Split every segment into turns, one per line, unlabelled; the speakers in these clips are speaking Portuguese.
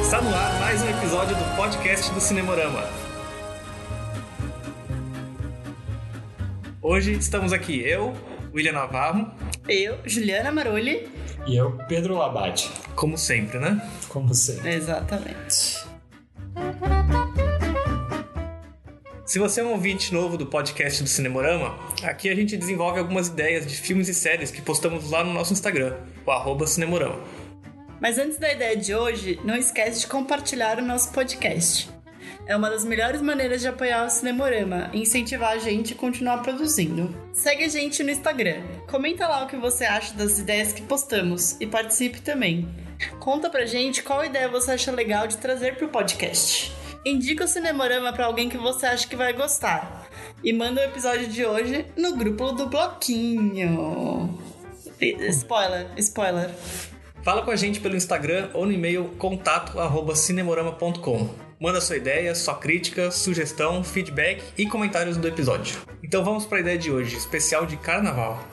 Está no ar mais um episódio do podcast do Cinemorama. Hoje estamos aqui eu, William Navarro,
Eu, Juliana Maroli.
E eu, Pedro Labate,
como sempre, né?
como sempre.
Exatamente.
Se você é um ouvinte novo do podcast do Cinemorama, aqui a gente desenvolve algumas ideias de filmes e séries que postamos lá no nosso Instagram, o arroba Cinemorama.
Mas antes da ideia de hoje, não esquece de compartilhar o nosso podcast. É uma das melhores maneiras de apoiar o Cinemorama e incentivar a gente a continuar produzindo. Segue a gente no Instagram. Comenta lá o que você acha das ideias que postamos e participe também. Conta pra gente qual ideia você acha legal de trazer pro podcast. Indica o Cinemorama pra alguém que você acha que vai gostar. E manda o episódio de hoje no grupo do Bloquinho. E- Spoiler, spoiler.
Fala com a gente pelo Instagram ou no e-mail contato arroba cinemorama.com. Manda sua ideia, sua crítica, sugestão, feedback e comentários do episódio. Então vamos para a ideia de hoje, especial de carnaval.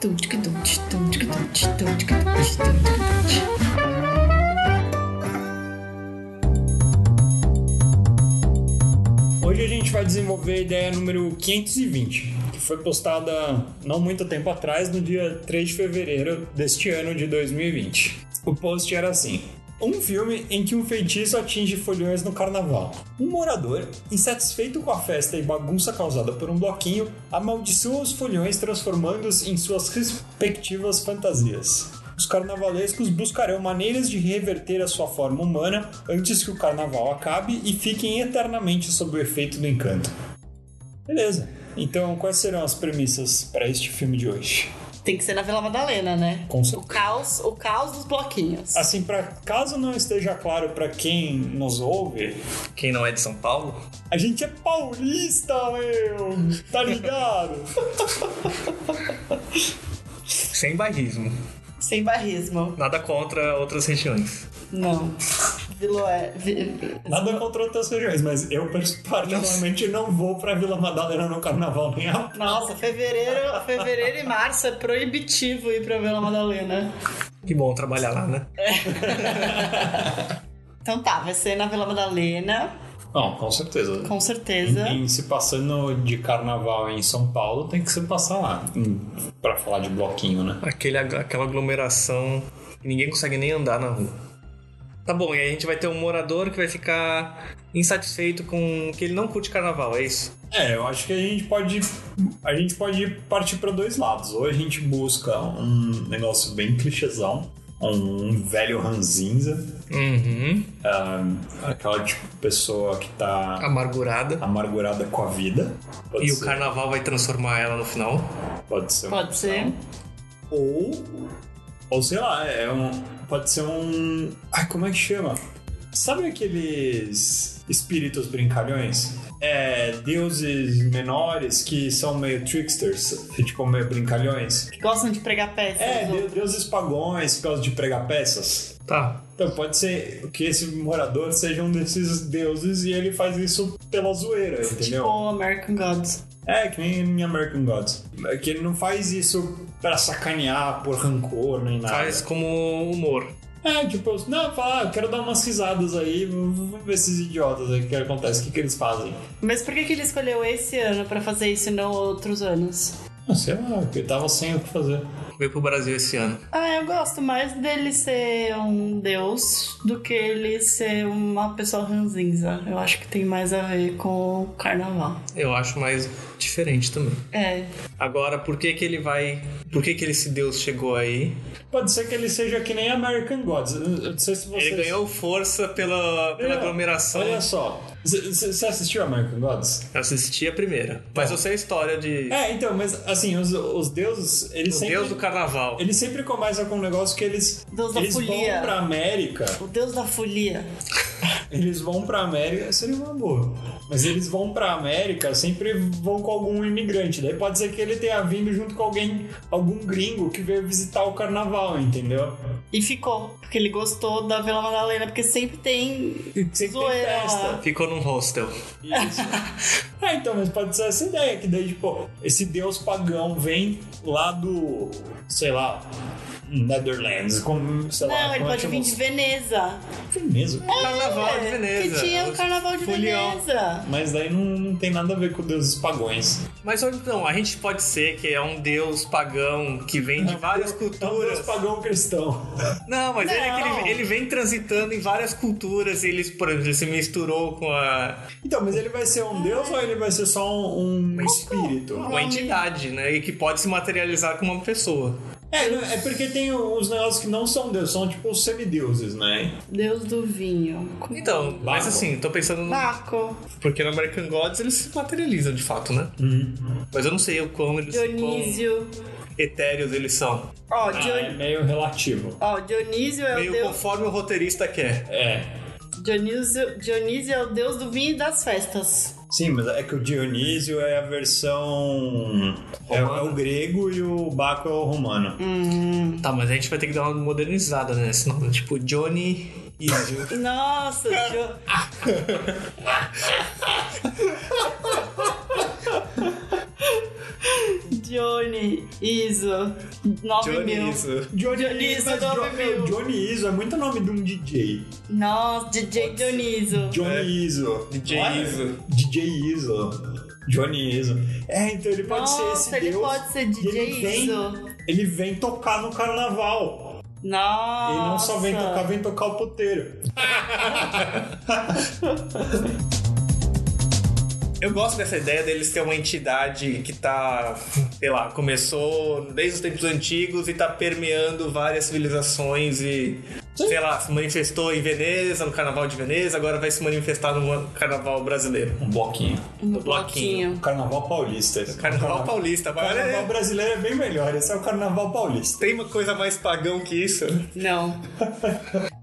Hoje a gente vai desenvolver a ideia número 520, que foi postada não muito tempo atrás, no dia 3 de fevereiro deste ano de 2020. O post era assim. Um filme em que um feitiço atinge folhões no carnaval. Um morador, insatisfeito com a festa e bagunça causada por um bloquinho, amaldiçoa os folhões transformando-os em suas respectivas fantasias. Os carnavalescos buscarão maneiras de reverter a sua forma humana antes que o carnaval acabe e fiquem eternamente sob o efeito do encanto. Beleza. Então, quais serão as premissas para este filme de hoje?
Tem que ser na Vila Madalena, né?
Com cer-
O caos, o caos dos bloquinhos.
Assim, para caso não esteja claro para quem nos ouve,
Quem não é de São Paulo,
a gente é paulista, meu. Tá ligado?
sem bairrismo.
Sem barrismo.
Nada contra outras regiões.
Não. Viloé. é- vi- vi-
Nada contra outras regiões, mas eu particularmente não vou para Vila Madalena no carnaval nem a
Nossa, fevereiro, fevereiro e março é proibitivo ir pra Vila Madalena.
Que bom trabalhar lá, né?
Então tá, vai ser na Vila Madalena,
Não, com certeza.
com certeza.
Em se passando de carnaval em São Paulo, tem que se passar lá. Pra falar de bloquinho, né?
Aquele, ag- aquela aglomeração que ninguém consegue nem andar na rua. Tá bom, e aí a gente vai ter um morador que vai ficar insatisfeito com que ele não curte carnaval, é isso?
É, eu acho que a gente pode. A gente pode partir pra dois lados. Ou a gente busca um negócio bem clichêzão, um velho ranzinza,
Uhum.
aquela tipo pessoa que tá
Amargurada.
amargurada com a vida. Pode
E o
ser-
carnaval vai transformar ela no final.
Pode ser. uma
Pode ser.
Ou. Ou sei lá, é um. Pode ser um. Ai, como é que chama? Sabe aqueles espíritos brincalhões? É, deuses menores que são meio tricksters, que, tipo meio brincalhões.
Que gostam de pregar peças.
É,
ou-
de- deuses pagões por causa de pregar peças.
Tá.
Então pode ser que esse morador seja um desses deuses e ele faz isso pela zoeira, entendeu?
Tipo American Gods.
É, que nem em American Gods. É que ele não faz isso pra sacanear, por rancor, nem nada.
Faz como humor.
É, tipo, não, fala, ah, eu quero dar umas risadas aí, vamos ver esses idiotas aí, o que acontece, o que, que eles fazem?
Mas por que, que ele escolheu esse ano pra fazer isso e não outros anos?
Ah, sei lá, porque eu tava sem o que fazer.
Veio pro Brasil esse ano.
Ah, eu gosto mais dele ser um deus do que ele ser uma pessoa ranzinza. Eu acho que tem mais a ver com o carnaval.
Eu acho mais diferente também.
É,
Agora, por que que ele vai... Por que que esse deus chegou aí?
Pode ser que ele seja que nem American Gods, eu eu não sei se vocês...
Ele ganhou né? força pela, pela
É,
aglomeração.
Olha só, você assistiu American Gods?
Eu assisti a primeira. Mas eu sei a história de...
É, então, mas assim, os, os deuses, eles
o
sempre...
deus do carnaval.
Eles sempre começam com um negócio que eles,
Deus da
eles
folia.
vão pra América
o deus da folia.
Eles vão pra América, seria uma boa. Mas eles vão pra América, sempre vão com algum imigrante. Daí pode ser que ele tenha vindo junto com alguém, algum gringo que veio visitar o carnaval, entendeu?
E ficou, porque ele gostou da Vila Madalena, porque sempre tem.
E sempre tem
Zoeira
festa.
Ficou num hostel.
Isso. ah, então, mas pode ser essa ideia, que daí, tipo, esse deus pagão vem lá do, sei lá, Netherlands, como, sei lá,
Não, ele
como é que
pode vir
chama?
de Veneza.
Veneza.
Carnaval de
É,
Veneza.
Que tinha o Carnaval de
Folião.
Veneza.
Mas daí não, não tem nada a ver com o deus dos pagões.
Mas ou então, a gente pode ser que é um deus pagão que vem de várias
É um deus
culturas.
pagão cristão.
Não, mas ele é que
Não.
ele, ele vem transitando em várias culturas. Ele, por exemplo, ele se misturou com a
Então, mas ele vai ser um deus ou ele vai ser só um, um espírito?
com a entidade, né? E que pode se materializar com uma pessoa.
É, não- é porque tem os negócios que não são deuses, são tipo os semideuses, né?
Deus do vinho. Como-
Então, mas
Baco.
assim, tô pensando no.
Baco,
Porque no American Gods eles se materializam de fato, né? Mas eu não sei o quão eles quão
Dionísio.
etéreos eles são.
Ó,
Ah,
Dion-
é meio relativo.
ó, Dionísio é o
Meio
deus.
conforme o roteirista quer.
É.
Dionísio, Dionísio é o deus do vinho e das festas.
Sim, mas é que o Dionísio é a versão. É, é o grego e o Baco é o romano.
Tá, mas a gente vai ter que dar uma modernizada, né? Senão, tipo, Johnny e.
Nossa, Dio- Johnny, Iso, 9 mil. Dionísio, nove
mas Dionísio,
mil.
Dionísio é muito nome de um DJ.
Nossa, DJ Dioniso.
Johnny Iso.
DJ
É. Olha,
Iso.
DJ Iso. Johnny Iso. É, então ele pode ser esse
Nossa, ele
deus.
pode ser
e
DJ
ele vem,
Iso.
Ele vem tocar no carnaval.
Nossa.
Ele não só vem tocar, vem tocar o puteiro.
Eu gosto dessa ideia deles ter uma entidade que tá, sei lá, começou desde os tempos antigos e tá permeando várias civilizações e, sei lá, se manifestou em Veneza, no Carnaval de Veneza, agora vai se manifestar no Carnaval brasileiro.
Um bloquinho.
No
bloquinho.
bloquinho.
Um Carnaval paulista. esse.
Carnaval paulista, mas
Carnaval
é-
brasileiro é bem melhor, esse é o carnaval paulista.
tem uma coisa mais pagão que isso.
Não.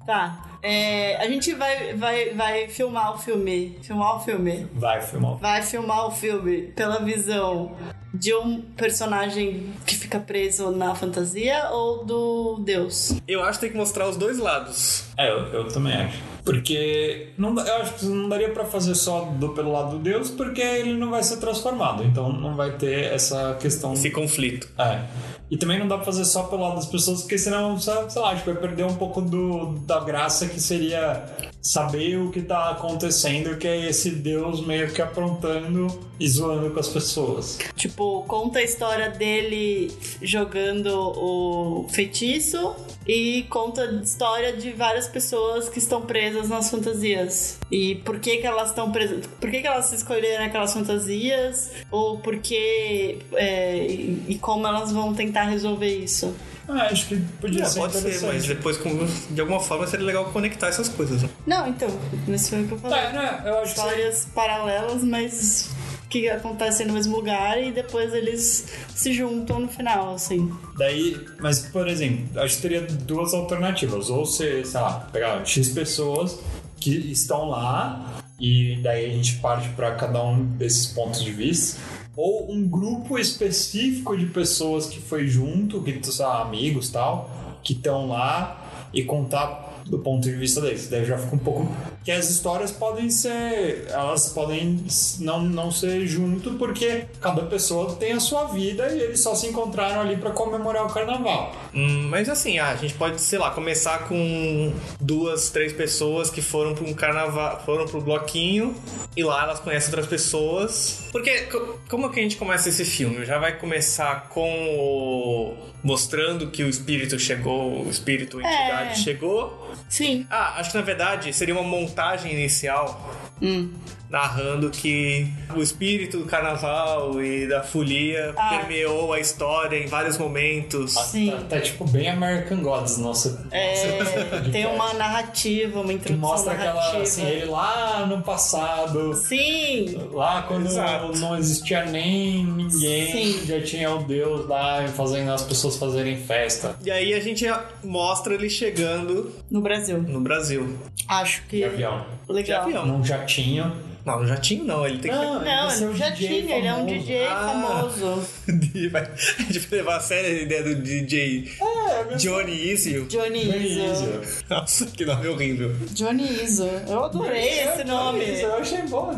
tá. É, a gente vai, vai, vai filmar o filme. Filmar o filme.
Vai, filmar.
Vai filmar o filme pela visão de um personagem que fica preso na fantasia ou do Deus?
Eu acho que tem que mostrar os dois lados.
É, eu, eu também acho. Porque não, dá- eu acho que não daria pra fazer só do, pelo lado do Deus, porque ele não vai ser transformado. Então não vai ter essa questão.
Esse conflito.
É. E também não dá pra fazer só pelo lado das pessoas, porque senão, só- sei lá, acho que vai perder um pouco do, da graça que seria saber o que tá acontecendo, que é esse Deus meio que aprontando e zoando com as pessoas.
Tipo, conta a história dele jogando o feitiço e conta a história de várias pessoas que estão presas nas fantasias. E por que que elas estão presas? Por que que elas escolheram aquelas fantasias? Ou por que... é, e e como elas vão tentar resolver isso?
Ah, acho que podia
É,
ser
pode ser, mas
interessante.
depois, com- de alguma forma, seria legal conectar essas coisas. né?
Não, então, mas foi o
é-
que eu falei.
Tá, né? Eu acho que seria-
Histórias paralelas, mas que acontecem no mesmo lugar e depois eles se juntam no final, assim.
Daí, mas por exemplo, acho que teria duas alternativas. Ou você, sei lá, pegar X pessoas que estão lá e daí a gente parte para cada um desses pontos de vista. Ou um grupo específico de pessoas que foi junto, que sei lá, amigos tal, que estão lá e contar do ponto de vista deles. Daí já fica um pouco. Que as histórias podem ser. Elas podem não, não ser junto, porque cada pessoa tem a sua vida e eles só se encontraram ali para comemorar o carnaval.
Hum, mas assim, ah, a gente pode, sei lá, começar com duas, três pessoas que foram para um carnaval, foram para bloquinho e lá elas conhecem outras pessoas. Porque co- como é que a gente começa esse filme? Já vai começar com o... mostrando que o espírito chegou, o espírito, a entidade
É.
chegou.
Sim.
Ah, acho que na verdade seria uma montagem inicial
Hum.
narrando que o espírito do carnaval e da folia
Ah.
permeou a história em vários momentos.
Sim.
Tá, tá, tipo bem American Gods, nossa.
É,
nossa
tem uma
podcast.
narrativa, uma
Que
introdução
mostra
narrativa.
aquela. Assim, ele lá no passado.
Sim,
Lá quando
Exato.
não existia nem ninguém,
Sim.
já tinha o Deus lá fazendo as pessoas fazerem festa.
E aí a gente mostra ele chegando
no Brasil.
no Brasil.
Acho que
De avião.
De
legal.
avião.
Não já tinha.
Não, no jatinho não. Ele tem
Não,
Não,
vai ser um
ele já
DJ
tinha, ele é um
famoso.
DJ
Ah.
famoso.
que. Vai- a gente vai levar a sério a ideia do DJ.
É,
Jordan.
Johnny Easy.
Johnny Iso.
Nossa, que nome horrível.
Johnny Iso. Eu adorei esse nome.
Eu achei bom.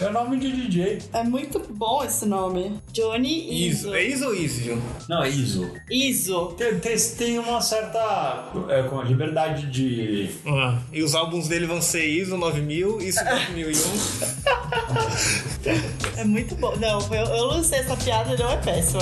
É nome de DJ.
É muito bom esse nome. Johnny Iso.
Iso. É Iso ou Isio?
Não, é ISO.
Iso.
Tem, tem, tem uma certa é, como, liberdade de.
Ah, E os álbuns dele vão ser ISO 9000, ISO 9001.
É muito bom. Não, eu, eu lancei essa piada e não é péssima.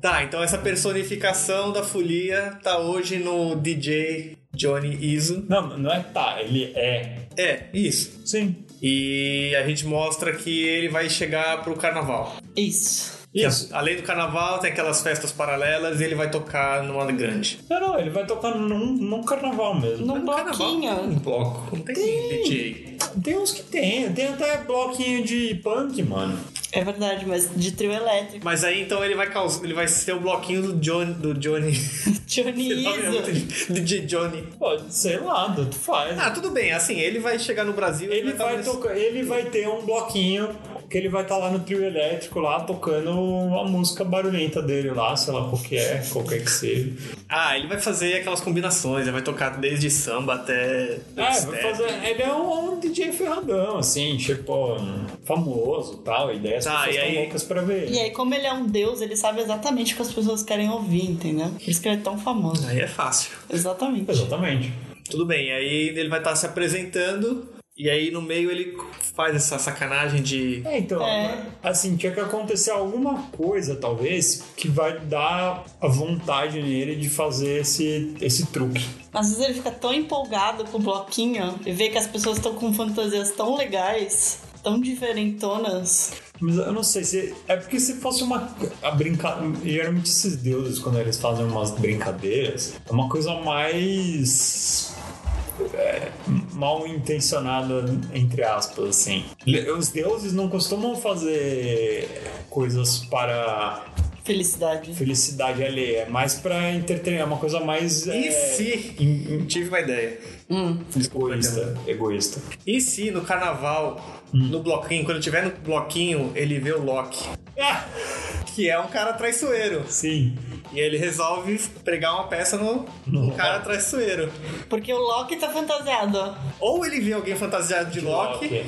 Tá, então essa personificação da folia tá hoje no DJ Johnny Iso.
Não, não é tá, ele é.
É, isso.
Sim.
E a gente mostra que ele vai chegar pro carnaval.
Isso.
Que
Isso.
a- além do carnaval, tem aquelas festas paralelas e ele vai tocar numa grande.
Não, não, ele vai tocar num, num carnaval mesmo.
Num bloquinho.
Um bloco. Não tem, DJ.
Tem uns que tem, tem até bloquinho de punk, mano.
É verdade, mas de trio elétrico.
Mas aí então ele vai causar, ele vai ser o bloquinho do Johnny. Do Johnny.
tá
Johnny
Esse nome é muito-
Iso.
DJ Johnny.
Pô, sei lá, tanto faz.
Ah, tudo bem, assim, ele vai chegar no Brasil
ele,
estar
vai
nesse-
tocar, ele vai ter um bloquinho que ele vai estar lá no trio elétrico, lá tocando a música barulhenta dele lá, sei lá qual que é, qualquer que seja.
Ah, ele vai fazer aquelas combinações, ele vai tocar desde samba até.
É,
step.
vai fazer, ele é um, um DJ ferradão, assim, tipo, famoso e tal, e daí as
Tá,
pessoas
e
estão
aí-
loucas pra ver.
E aí, como ele é um deus, ele sabe exatamente o que as pessoas querem ouvir, entendeu? Por isso que ele é tão famoso.
Aí é fácil.
Exatamente.
é. Exatamente.
Tudo bem, aí ele vai estar se apresentando. E aí no meio ele faz essa sacanagem de.
É, então,
É.
assim, tinha que acontecer alguma coisa, talvez, que vai dar a vontade nele de fazer esse, esse truque.
Às vezes ele fica tão empolgado com o bloquinho e vê que as pessoas estão com fantasias tão legais, tão diferentonas.
Mas eu não sei se. É porque se fosse uma. A brinca... Geralmente esses deuses, quando eles fazem umas brincadeiras, é uma coisa mais. é, mal intencionada, entre aspas, assim. Le- Os deuses não costumam fazer coisas para
Felicidade.
felicidade alheia, é mais para entreter, é uma coisa mais. é,
E se?
em- em-
Tive uma ideia.
egoísta. Egoísta.
E se no carnaval, no bloquinho, quando tiver no bloquinho, ele vê o Loki,
Ah,
que é um cara traiçoeiro.
sim.
E ele resolve pregar uma peça no, no cara traiçoeiro.
Porque o Loki tá fantasiado.
Ou ele vê alguém fantasiado de, Loki,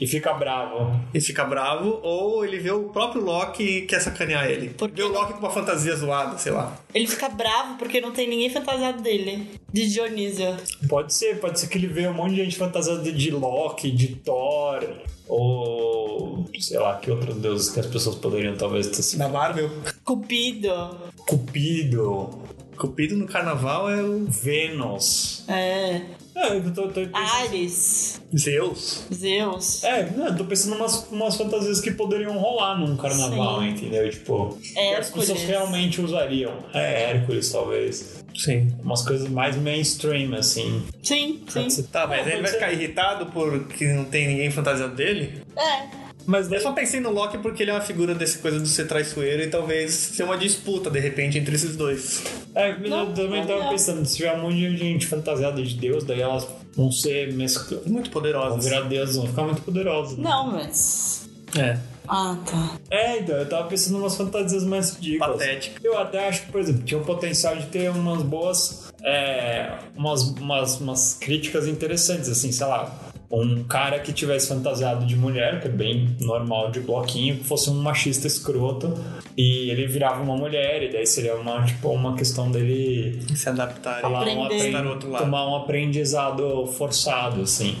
E fica bravo.
e fica bravo, ou ele vê o próprio Loki e quer sacanear ele.
Por quê?
Vê o Loki com uma fantasia zoada, sei lá.
Ele fica bravo porque não tem ninguém fantasiado dele. De Dionísio.
Pode ser, pode ser que ele veja um monte de gente fantasiada de Loki, de Thor, ou sei lá, que outros deuses que as pessoas poderiam talvez ter sido.
Na Marvel.
Cupido.
Cupido,
Cupido no carnaval é o
Vênus.
É.
É, eu tô, tô pensando...
Ares.
Zeus.
Zeus.
É, não, eu tô pensando umas, umas fantasias que poderiam rolar num carnaval,
Sim.
entendeu? Tipo, que as
Hércules.
pessoas realmente usariam. É, Hércules, talvez.
Sim.
Umas coisas mais mainstream, assim.
Sim, sim.
Tá, mas
Não,
ele
pode
vai
ser.
ficar irritado porque não tem ninguém fantasiado dele?
É.
Mas daí
Eu só pensei no Loki porque ele é uma figura dessa coisa do ser traiçoeiro e talvez ser uma disputa, de repente, entre esses dois.
É, mas
Não,
eu também
não,
tava
não.
pensando, se tiver um monte de gente fantasiada de Deus, daí elas vão ser mescl...
Muito
vão
poderosos.
virar deuses, vão ficar muito né? poderosas.
Não, mas.
É.
Ah, tá.
É, então, eu tava pensando em umas fantasias mais ridículas.
Patética.
Eu até acho que, por exemplo, tinha o potencial de ter umas boas. é, umas, umas, umas críticas interessantes, assim, sei lá. Um cara que tivesse fantasiado de mulher, que é bem normal de bloquinho, que fosse um machista escroto, e ele virava uma mulher, e daí seria uma, tipo, uma questão dele
Se adaptarem.
falar um
Aprender.
apren-
Estar do outro lado.
tomar um aprendizado forçado, assim.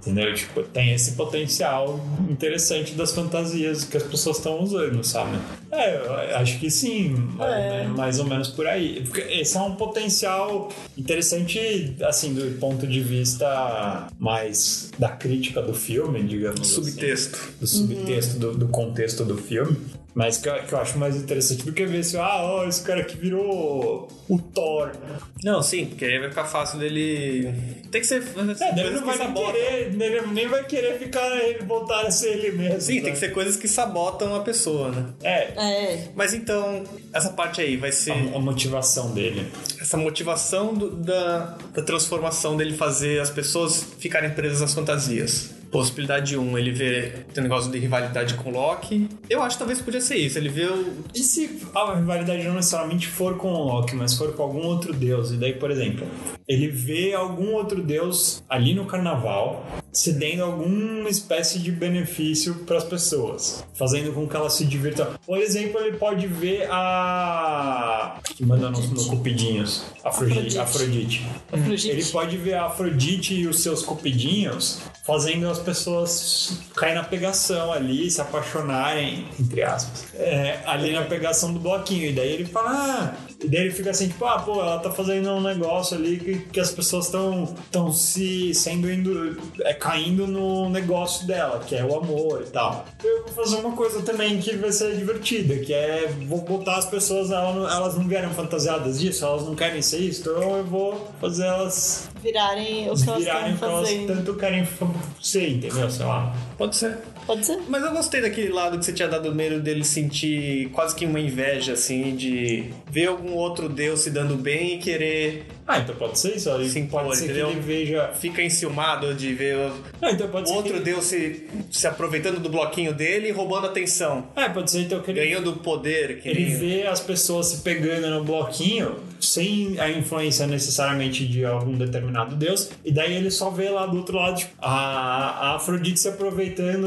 Entendeu? Tipo, tem esse potencial interessante das fantasias que as pessoas estão usando, sabe? É, eu acho que sim, mais,
É.
mais ou menos por aí. Porque esse é um potencial interessante, assim, do ponto de vista mais da crítica do filme, digamos assim
Um Subtexto.
do subtexto, do, do contexto do filme. Mas que eu, que eu acho mais interessante do que ver se, ah, ó, esse cara que virou o Thor.
Não, sim, porque aí vai ficar fácil dele. Tem que ser.
É, daí ele
coisas
não
que
vai nem
sabotam.
querer, ele nem vai querer ficar, ele voltar a ser ele mesmo. né?
Sim, tem que ser coisas que sabotam a pessoa, né?
É,
É.
Mas então, essa parte aí vai ser
a, a motivação dele.
essa motivação do- da, da transformação dele fazer as pessoas ficarem presas às fantasias. Possibilidade 1, ele vê o negócio de rivalidade com o Loki. Eu acho que talvez podia ser isso. Ele vê o.
E se a rivalidade não necessariamente for com o Loki, mas for com algum outro deus? E daí, por exemplo, ele vê algum outro deus ali no carnaval cedendo alguma espécie de benefício para as pessoas, fazendo com que elas se divirtam. Por exemplo, ele pode ver a. que manda nós no cupidinhos.
Afrodite.
Afrodite. Afrodite.
Afrodite.
Ele pode ver a Afrodite e os seus cupidinhos fazendo as pessoas cair na pegação ali, se apaixonarem, entre aspas, é, ali na pegação do bloquinho. E daí ele fala, ah, e daí ele fica assim, tipo, ah, pô, ela tá fazendo um negócio ali que, que as pessoas estão tão se sendo indo, é, caindo no negócio dela, que é o amor e tal. Eu vou fazer uma coisa também que vai ser divertida, que é vou botar as pessoas, ela não- elas não vieram fantasiadas disso, elas não querem ser isso, então eu vou fazer elas
Virarem o que elas
virarem
estão
o que elas
fazendo.
tanto querem fa- ser, entendeu? Sei lá.
Pode ser.
Pode ser?
Mas eu gostei daquele lado que você tinha dado medo dele sentir quase que uma inveja, assim, de ver algum outro deus se dando bem e querer.
Ah, então pode ser isso. Ele
Sim,
pode
pode,
ser
entendeu?
que ele veja.
Fica enciumado de ver
Ah, então pode
o
ser. que
outro
ele...
deus se, se aproveitando do bloquinho dele e roubando atenção.
Ah, pode ser então que ele,
Ganhando poder, que
ele
nem-
vê as pessoas se pegando no bloquinho sem a influência necessariamente de algum determinado deus. E daí ele só vê lá do outro lado tipo, a, a Afrodite se aproveitando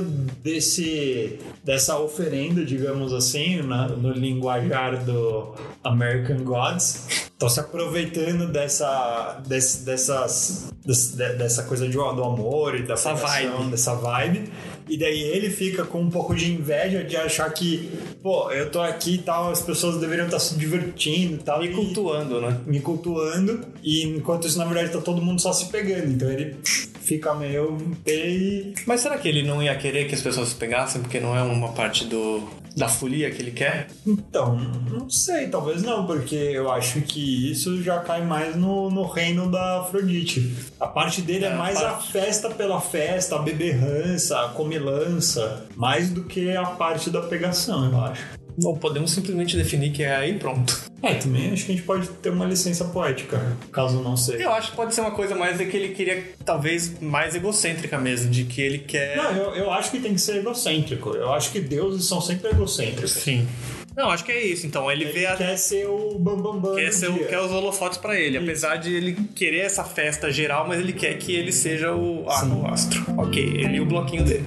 desse, dessa oferenda, digamos assim, na- no linguajar do American Gods. Estão se aproveitando dessa, desse- dessas, des- de- dessa coisa de, do amor e da
Essa
pegação,
vibe.
dessa vibe. E daí ele fica com um pouco de inveja de achar que, pô, eu tô aqui e tal, as pessoas deveriam estar se divertindo e tal.
me cultuando, né?
Me cultuando. E enquanto isso, na verdade, tá todo mundo só se pegando. Então ele fica meio. um E...
Mas será que ele não ia querer que as pessoas se pegassem porque não é uma parte do da folia que ele quer?
Então, não sei, talvez não, porque eu acho que isso já cai mais no, no reino da Afrodite. A parte dele é,
É, a
mais a festa pela festa, a beberrança, a comilança, mais do que a parte da pegação, eu acho.
Ou podemos simplesmente definir que é aí e pronto.
É, também acho que a gente pode ter uma licença poética, caso não seja.
Eu acho que pode ser uma coisa mais é que ele queria, talvez, mais egocêntrica mesmo, de que ele quer.
Não, eu, eu acho que tem que ser egocêntrico. Eu acho que deuses são sempre egocêntricos.
Sim. assim. Não, acho que é isso. Então, ele,
Ele
vê a.
quer ser o é bambambam. Bam, bam
Quer,
do
ser o-
dia.
quer os holofotes pra ele, apesar de ele querer essa festa geral, mas ele quer que ele seja o, ah,
Sim.
o astro. Ok, ele e o bloquinho dele.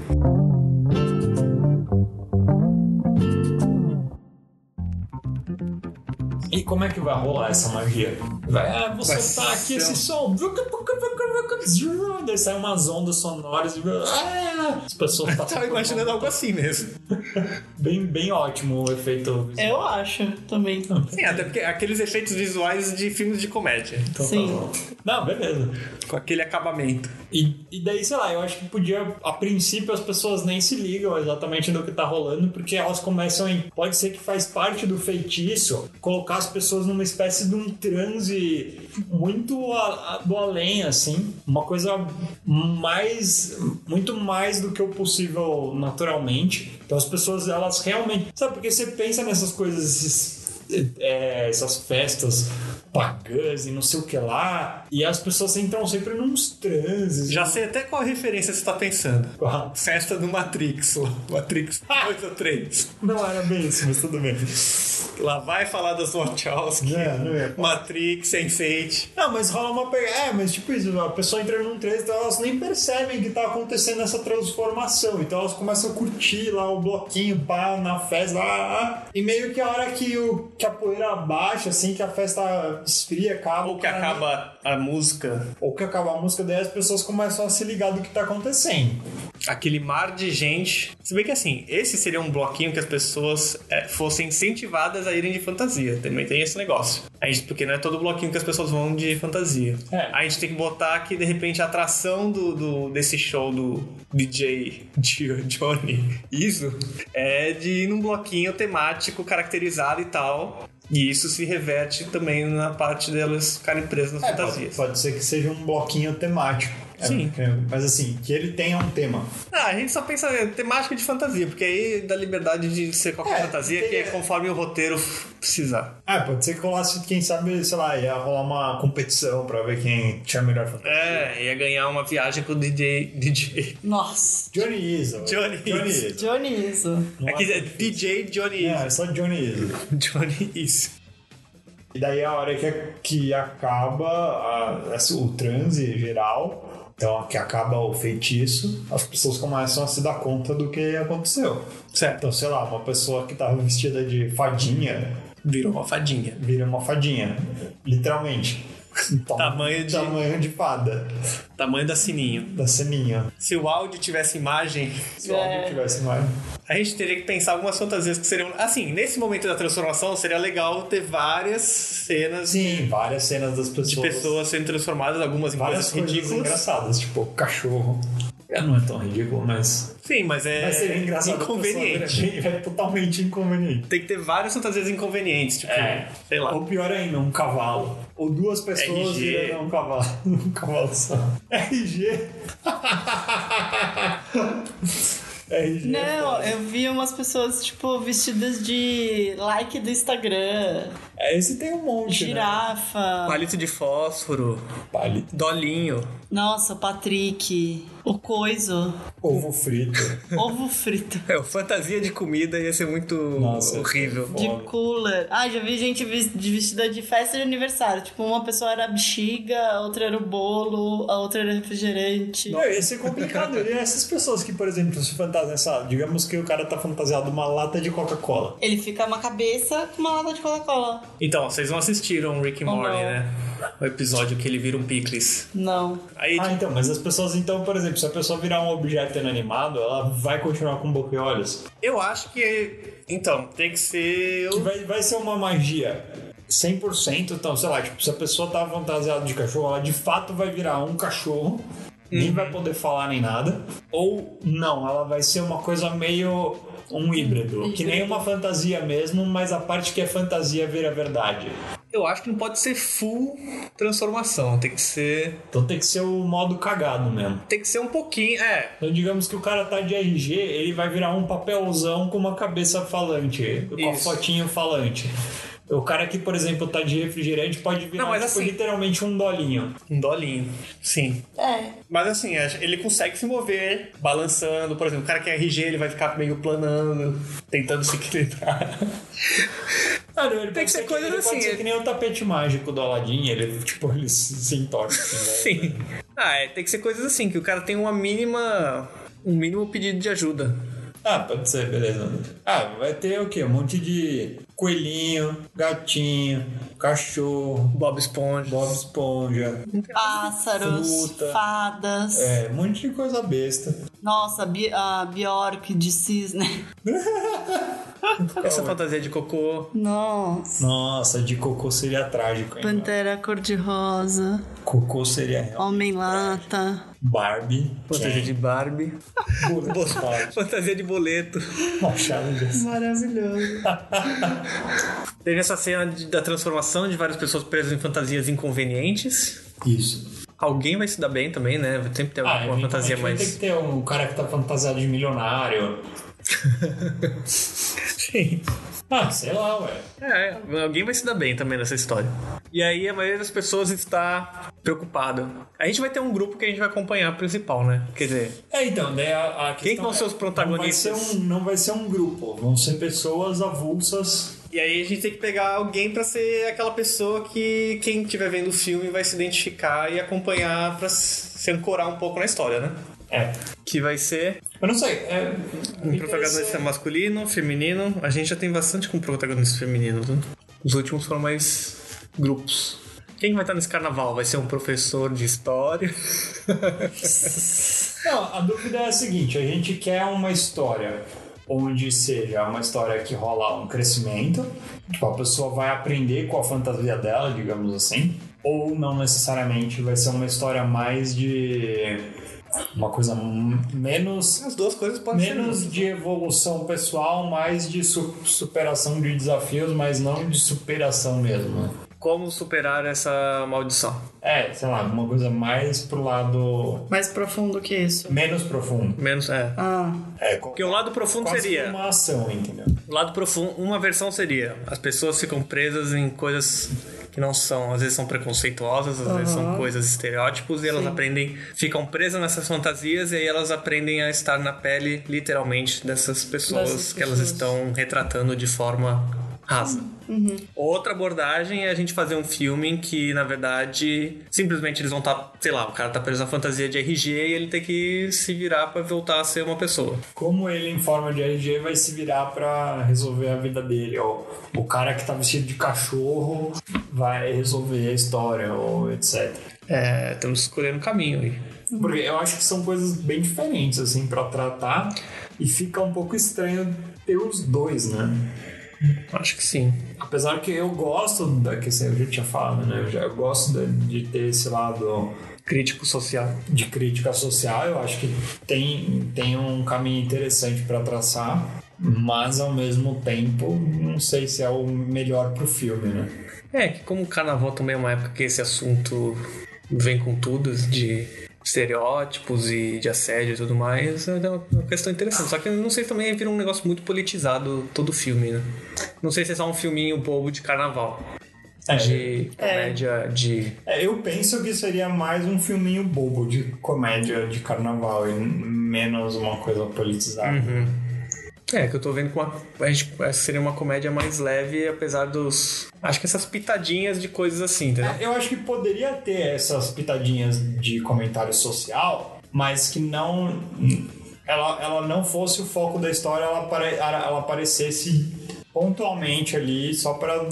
E como é que vai rolar essa magia? Vai, ah, vou
Vai
soltar aqui
ser um-
esse som. Daí saem umas ondas sonoras. e- Ah, as pessoas passam.
Tava imaginando algo assim mesmo.
Bem, bem ótimo o efeito
É,
visual.
Eu acho também.
Sim, até porque aqueles efeitos visuais de filmes de comédia,
Então tá
Sim.
bom. Não, beleza.
com aquele acabamento.
E, e daí, sei lá, eu acho que podia. A princípio as pessoas nem se ligam exatamente do que tá rolando, porque elas começam em. Pode ser que faz parte do feitiço colocar as pessoas numa espécie de um transe muito a- a- do além, assim. Uma coisa mais. Muito mais do que o possível naturalmente. Então as pessoas, elas realmente. Sabe, porque você pensa nessas coisas, esses é, essas festas pagãs e não sei o que lá. E as pessoas entram sempre nos transes.
Já sei até qual referência você tá pensando. Festa do Matrix, lá. Matrix 2 ou 3.
Não era bem isso, mas tudo bem.
Lá vai falar das Wachowski,
É, não é.
Matrix, Sense8.
Não, mas rola uma pega. É, mas tipo isso, a pessoa entra num transe, então elas nem percebem que tá acontecendo essa transformação. Então elas começam a curtir lá o bloquinho, pá, na festa, lá, lá, lá. E meio que a hora que, o, que a poeira abaixa, assim, que a festa esfria, acaba.
Ou
o
que
cara nem-
acaba a música,
Ou que acaba a música, daí as pessoas começam a se ligar do que tá acontecendo.
aquele mar de gente. Se bem que assim, esse seria um bloquinho que as pessoas é, fossem incentivadas a irem de fantasia. Também tem esse negócio. A gente, porque não é todo bloquinho que as pessoas vão de fantasia.
É.
A gente tem que botar que, de repente, a atração do, do- desse show do DJ Gio- Johnny, isso, é de ir num bloquinho temático, caracterizado e tal. E isso se reverte também na parte delas ficarem presas nas
É, pode,
fantasias.
pode ser que seja um bloquinho temático.
Sim.
É, mas assim, que ele tenha um tema.
Ah, a gente só pensa em temática de fantasia, porque aí dá liberdade de ser qualquer
É,
fantasia, que é
tem-
conforme o roteiro precisar.
Ah, pode ser que rolasse, quem sabe, sei lá, ia rolar uma competição pra ver quem tinha a melhor fantasia.
É, ia ganhar uma viagem com o DJ. DJ.
Nossa.
Johnny Iso.
Johnny Izzo.
Izzo.
Johnny Iso.
Aqui é DJ Johnny
É,
Is.
é só Johnny Iso.
Johnny Is.
E daí é a hora que, que acaba a- essa- o transe geral, então que acaba o feitiço, as pessoas começam a se dar conta do que aconteceu.
Certo.
Então, sei lá, uma pessoa que tava vestida de fadinha
Virou uma fadinha.
vira uma fadinha. Literalmente.
Tamanho de-
Tamanho de fada.
Tamanho da sininho.
Da ceninha.
Se o áudio tivesse imagem,
Se o áudio
É.
tivesse mais.
a gente teria que pensar algumas fantasias que seriam. Assim, nesse momento da transformação, seria legal ter várias cenas
Sim, várias cenas das pessoas.
de pessoas sendo transformadas, algumas em
Várias
coisas
coisas
ridículas.
engraçadas, tipo cachorro. Não é tão ridículo, mas.
Sim, mas é
Mas seria engraçado. a pessoa
inconveniente.
ver, É totalmente inconveniente.
Tem que ter várias fantasias inconvenientes, tipo,
É.
sei lá.
Ou pior ainda, um cavalo. Ou duas pessoas
RG.
virando um cavalo. Um cavalo só. RG. RG.
Né?
Não,
É
eu vi umas pessoas, tipo, vestidas de like do Instagram,
É, Esse tem um monte, né?
girafa.
Palito de fósforo,
Palito.
dolinho.
Nossa, o Patrick, o coiso,
Ovo frito.
ovo frito.
É, o fantasia de comida ia ser muito
Nossa,
horrível.
foi
De
Olha.
cooler. Ah, já vi gente vis- de vestida de festa de aniversário. Tipo, uma pessoa era a bexiga, a outra era o bolo, a outra era refrigerante.
Não, esse é complicado. E essas pessoas que, por exemplo, se fantasiam, sabe? Digamos que o cara tá fantasiado uma lata de Coca-Cola.
Ele fica uma cabeça com uma lata de Coca-Cola.
Então, vocês não assistiram Rick and
Ou
Morty,
não.
né? O episódio que ele vira um picles.
Não.
Aí,
Ah,
tipo,
então, mas as pessoas, então, por exemplo, se a pessoa virar um objeto inanimado, ela vai continuar com um boca e olhos.
eu acho que... Então, tem que ser...
Que
o-
vai, vai ser uma magia 100%, então, sei lá, tipo, se a pessoa tá fantasiada de cachorro, ela de fato vai virar um cachorro, nem vai poder falar nem nada. Ou não, ela vai ser uma coisa meio um híbrido, que nem uma fantasia mesmo, mas a parte que é fantasia vira verdade.
Eu acho que não pode ser full transformação. Tem que ser...
Então tem que ser o modo cagado mesmo.
Tem que ser um pouquinho... É,
Então, digamos que o cara tá de RG, ele vai virar um papelzão com uma cabeça falante, com a
Isso.
fotinho falante. O cara que, por exemplo, tá de refrigerante pode virar
Não, mas
tipo,
assim-
literalmente um dolinho.
um dolinho. Sim.
É.
Mas assim, ele consegue se mover balançando. Por exemplo, o cara que é RG, ele vai ficar meio planando, tentando se equilibrar.
Cara, ele
Tem que ser coisas
ele
assim,
Pode ser
ele-
que nem o tapete mágico do Aladdin, ele, tipo, ele se se entorce. Assim, né?
Sim. Ah, é, tem que ser coisas assim, que o cara tem uma mínima. um mínimo pedido de ajuda.
Ah, pode ser, beleza. Ah, vai ter o quê? Um monte de coelhinho, gatinho, cachorro,
Bob Esponja.
Bob Esponja,
Pássaros,
Fruta.
fadas.
é, um monte de coisa besta.
Nossa, Bi- a Bjork de né? cisne.
Essa fantasia de cocô.
Nossa.
Nossa, de cocô seria trágico, hein? mano?
Pantera cor-de-rosa,
Cocô seria real.
homem-lata.
Barbie. é
Fantasia de Barbie.
Barbie.
Fantasia de boleto.
Machado de Assis.
Maravilhoso.
Teve essa cena de- da transformação de várias pessoas presas em fantasias inconvenientes.
Isso.
Alguém vai se dar bem também, né? Sempre tem
Ah,
alguma fantasia
Tem que
mais.
ter um cara que tá fantasiado de milionário.
Sim.
Ah, sei lá, ué.
É, alguém vai se dar bem também nessa história. E aí a maioria das pessoas está preocupada. A gente vai ter um grupo que a gente vai acompanhar principal, né? Quer dizer,
É, então, daí a, a
Quem que vão
questão
ser os
é,
protagonistas?
Não vai, ser um, não vai ser um grupo, vão ser pessoas avulsas.
E aí a gente tem que pegar alguém pra ser aquela pessoa que quem estiver vendo o filme vai se identificar e acompanhar pra se ancorar um pouco na história, né?
É.
Que vai ser
Eu não sei. É,
um protagonista masculino, feminino. A gente já tem bastante com protagonista feminino, né? Os últimos foram mais grupos. Quem vai estar nesse carnaval? Vai ser um professor de história?
Não, a dúvida é a seguinte: a gente quer uma história onde seja uma história que rola um crescimento, tipo, a pessoa vai aprender com a fantasia dela, digamos assim, ou não necessariamente vai ser uma história mais de. uma coisa m- menos.
As duas coisas podem
Menos de evolução pessoal, mais de su- superação de desafios, mas não de superação mesmo. né?
como superar essa maldição.
É, sei lá, uma coisa mais pro lado
Mais profundo que isso.
menos profundo.
Menos, é.
Ah,
É, co-
Porque um lado profundo
quase
seria.
uma ação, entendeu?
O lado profundo, uma versão seria: as pessoas ficam presas em coisas que não são, às vezes são preconceituosas, às vezes são coisas estereótipos e elas aprendem, ficam presas nessas fantasias e aí elas aprendem a estar na pele literalmente dessas pessoas
Dessas
que elas
pessoas.
estão retratando de forma rasa.
Uhum.
Outra abordagem é a gente fazer um filme em que, na verdade, simplesmente eles vão estar, sei lá, o cara tá preso na fantasia de RG e ele tem que se virar pra voltar a ser uma pessoa.
Como ele, em forma de RG, vai se virar pra resolver a vida dele. Ou o cara que tá vestido de cachorro vai resolver a história, ou etc.
É, estamos escolhendo um caminho aí.
Porque eu acho que são coisas bem diferentes, assim, pra tratar. E fica um pouco estranho ter os dois, né?
Acho que sim.
Apesar que eu gosto da que assim, eu já tinha falado, né? Eu, já, eu gosto de, de ter esse lado
Crítico social.
de crítica social, eu acho que tem, tem um caminho interessante para traçar, mas ao mesmo tempo, não sei se é o melhor pro filme, né?
É, que como o carnaval também é uma época que esse assunto vem com tudo, de estereótipos e de assédio e tudo mais, é uma uma questão interessante. Só que eu não sei também vira um negócio muito politizado todo o filme, né? Não sei se é só um filminho bobo de carnaval.
É,
De comédia, de.
é, eu penso que seria mais um filminho bobo de comédia de carnaval e menos uma coisa politizada.
É, que eu tô vendo com uma. A gente, essa seria uma comédia mais leve, apesar dos. Acho que essas pitadinhas de coisas assim, entendeu?
É, Eu acho que poderia ter essas pitadinhas de comentário social, mas que não. Ela, ela não fosse o foco da história, ela, apare, ela aparecesse pontualmente ali, só pra.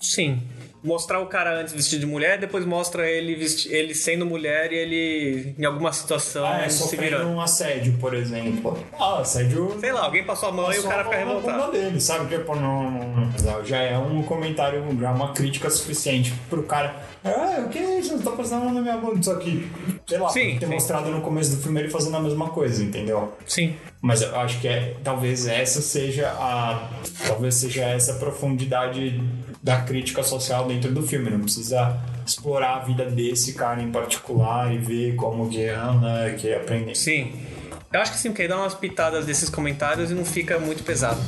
Sim. Mostrar o cara antes vestido de mulher, depois mostra ele vesti ele sendo mulher e ele em alguma situação
Ah, é,
se
sofrendo
virando.
um assédio, por exemplo. Ah, assédio.
Sei lá, alguém passou a mão e o
só
cara fica
na bunda
revoltado.
dele, sabe? Tipo, não, não, não. Mas, ah, Já é um comentário, já é uma crítica suficiente pro cara. Ah, o que é isso? Você tá passando a mão na minha bunda. Só que, sei lá,
Sim,
ter
sim.
mostrado no começo do filme ele fazendo a mesma coisa, entendeu?
Sim.
Mas eu acho que é, talvez essa seja a. Talvez seja essa a profundidade da crítica social dentro do filme. Não precisa explorar a vida desse cara em particular e ver como que anda, que aprende.
Sim. Eu acho que sim, porque aí dá umas pitadas desses comentários e não fica muito pesado.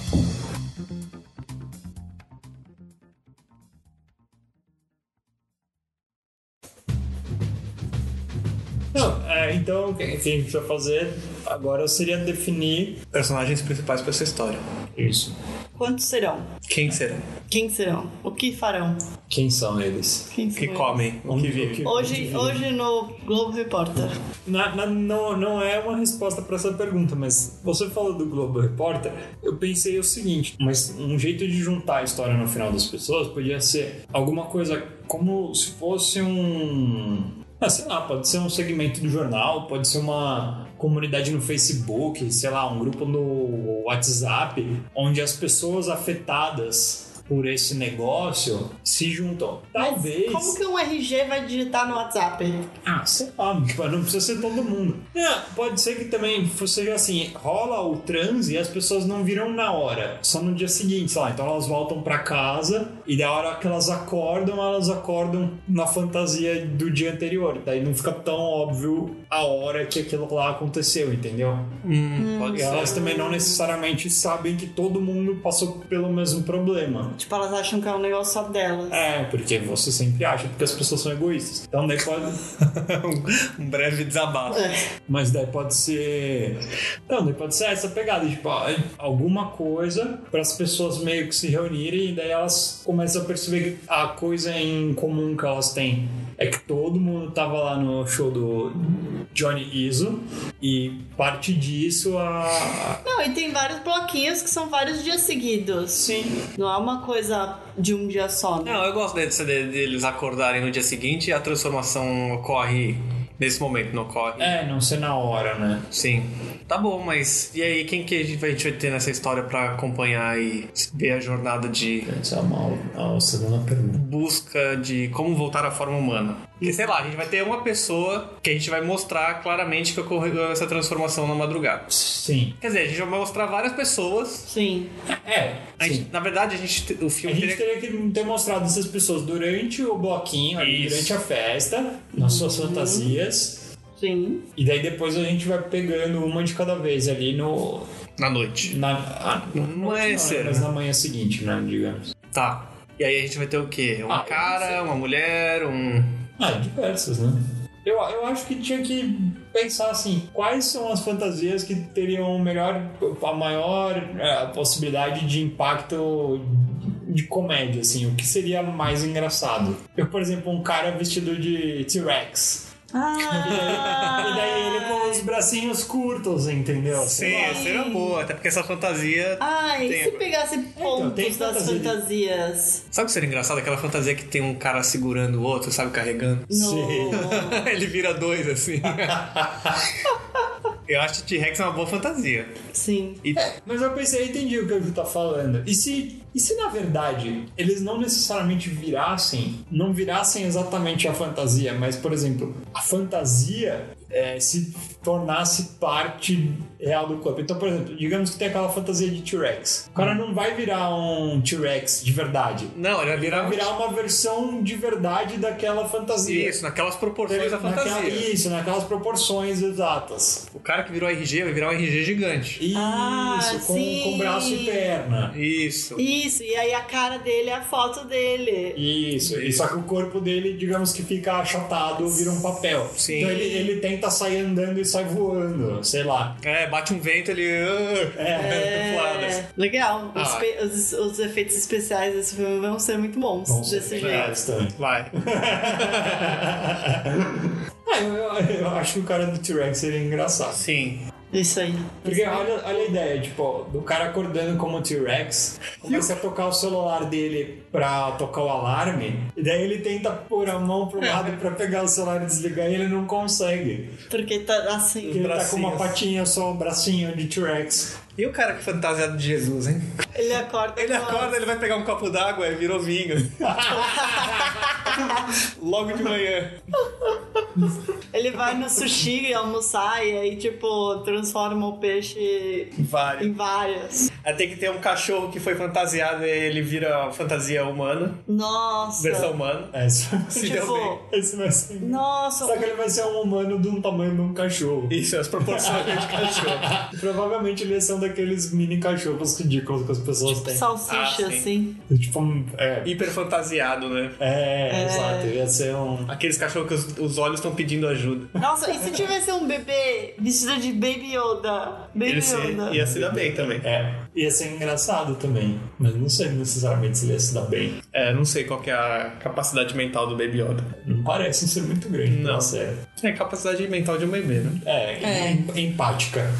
Não, é, então o que a gente precisa fazer agora seria definir.
Personagens principais pra essa história.
Isso.
quantos serão?
Quem serão?
Quem serão? O que farão?
Quem são eles?
Quem serão?
comem?
Onde vivem?
Hoje, hoje no Globo Repórter.
Na- na- não, não é uma resposta para essa pergunta, mas você falou do Globo Repórter, eu pensei o seguinte, mas um jeito de juntar a história no final das pessoas podia ser alguma coisa como se fosse um... Ah, sei lá, pode ser um segmento do jornal, pode ser uma comunidade no Facebook, sei lá, um grupo no WhatsApp, onde as pessoas afetadas por esse negócio se juntam. Talvez...
Como que um RG vai digitar no WhatsApp?
Ah, sei lá, tipo, não precisa ser todo mundo. É, pode ser que também seja assim, rola o transe e as pessoas não viram na hora, só no dia seguinte, sei lá. Então elas voltam pra casa e da hora que elas acordam, elas acordam na fantasia do dia anterior. Daí não fica tão óbvio a hora que aquilo lá aconteceu, entendeu?
pode
E elas também não necessariamente sabem que todo mundo passou pelo mesmo problema.
Tipo, elas acham que é um negócio só delas.
É, porque você sempre acha, porque as pessoas são egoístas. Então daí pode.
um breve desabafo.
É.
Mas daí pode ser. Não, daí pode ser essa pegada, tipo, ó, alguma coisa para as pessoas meio que se reunirem e daí elas começam a perceber que a coisa em comum que elas têm. É que todo mundo tava lá no show do Johnny Iso e parte disso a.
Não, e tem vários bloquinhos que são vários dias seguidos.
Sim.
Não é uma coisa de um dia só, né?
Não, eu gosto desse- de- deles acordarem no dia seguinte e a transformação ocorre nesse momento, não ocorre
É, não ser na hora, né?
Sim. Tá bom, mas e aí, quem que a gente vai a gente vai ter nessa história pra acompanhar e ver a jornada de
Essa é uma, uma segunda pergunta.
busca de como voltar à forma humana? Porque, sei lá, a gente vai ter uma pessoa que a gente vai mostrar claramente que ocorreu essa transformação na madrugada.
Sim.
Quer dizer, a gente vai mostrar várias pessoas.
Sim.
É,
A
sim.
gente- na verdade, a gente, o
A
filme
gente
teria-
teria que ter mostrado essas pessoas durante o bloquinho, ali,
Isso.
durante a festa, nas suas fantasias.
Sim.
E daí depois a gente vai pegando uma de cada vez ali no.
na noite.
Na, ah,
Não
não
é
não,
sério,
Mas
né?
na manhã seguinte, né? Digamos.
Tá. E aí a gente vai ter o quê?
Ah, eu
Um
não sei.
cara, uma mulher, um.
Ah, diversas, né? Eu, eu acho que tinha que pensar assim, quais são as fantasias que teriam o melhor, a maior eh, possibilidade de impacto de comédia, assim, o que seria mais engraçado. Eu, por exemplo, um cara vestido de T-Rex.
Ah!
E daí ele com os bracinhos curtos, entendeu?
Sim,
Sei lá.
essa era boa, até porque essa fantasia.
Ai,
Tem
e se
agora.
pegasse pontos
Então, tem
das
fantasia.
fantasias?
Sabe o que seria engraçado? Aquela fantasia que tem um cara segurando o outro, sabe, carregando.
Sim.
No...
Ele vira dois assim. Eu acho que T-Rex é uma boa fantasia.
Sim.
E
Mas eu pensei, entendi o que o Ju tá falando. E se, e se na verdade eles não necessariamente virassem, não virassem exatamente a fantasia, mas por exemplo, a fantasia eh, se tornasse parte real do corpo. Então, por exemplo, digamos que tem aquela fantasia de T-Rex. O cara não vai virar um T-Rex de verdade.
não, ele vai virar,
Vai
um-
virar uma versão de verdade daquela fantasia. um
isso, naquelas proporções da
Naquela-
fantasia.
isso, naquelas proporções exatas.
O cara que virou RG vai virar um RG gigante.
Isso,
Ah,
com,
sim.
com braço e perna.
Isso.
Isso, e aí a cara dele é a foto dele.
Isso, e
Isso.
só que o corpo dele, digamos que fica achatado, vira um papel.
Sim.
Então ele, ele tenta sair andando e sai voando, sei lá.
É, bate um vento, ele. "Ah!"
É.
Fladas.
Legal. Os,
Ah.
pe- os- os efeitos especiais desse filme vão ser muito bons
Vamos
desse
ver.
jeito.
Esta.
Vai.
Ah, eu, eu- eu acho que o cara do T-Rex seria engraçado.
Sim.
Isso aí.
Porque olha, olha a ideia, tipo, do cara acordando como T-Rex, começa a tocar o celular dele pra tocar o alarme, e daí ele tenta pôr a mão pro
É.
lado pra pegar o celular e desligar e ele não consegue.
Porque tá assim.
Porque ele tá com uma
Bracinhos.
patinha só, um bracinho de T-Rex.
E o cara que fantasiado de Jesus, hein?
Ele acorda.
Ele
com a-
acorda, ele vai pegar um copo d'água e virou vinho. Logo de manhã.
Ele vai no sushi almoçar e aí, tipo, transforma o peixe
Vários.
em várias.
Aí tem que ter um cachorro que foi fantasiado e ele vira fantasia humana,
Nossa.
versão humana.
É, isso.
Se deu bem.
Tipo,
Esse vai ser.
nossa.
Só que ele vai ser um humano de um tamanho de um cachorro.
Isso, as proporções de cachorro.
Provavelmente eles são um daqueles mini cachorros ridículos que as pessoas
Tipo
têm.
Salsicha,
Ah, sim.
assim.
Tipo, um- é,
Hiper fantasiado, né?
é, exato. Ia ser um.
Aqueles cachorros que os, os olhos estão pedindo ajuda.
Nossa, e se tivesse um bebê vestido de Baby Yoda? Baby
Ele se,
Yoda.
ia se dar bem também.
É, ia ser engraçado também. Mas não sei necessariamente se ele ia se dar bem.
É, não sei qual que é a capacidade mental do Baby Yoda.
Não parece ser muito grande.
Não.
Nossa, é.
É, capacidade mental de um bebê, né?
É, em- empática.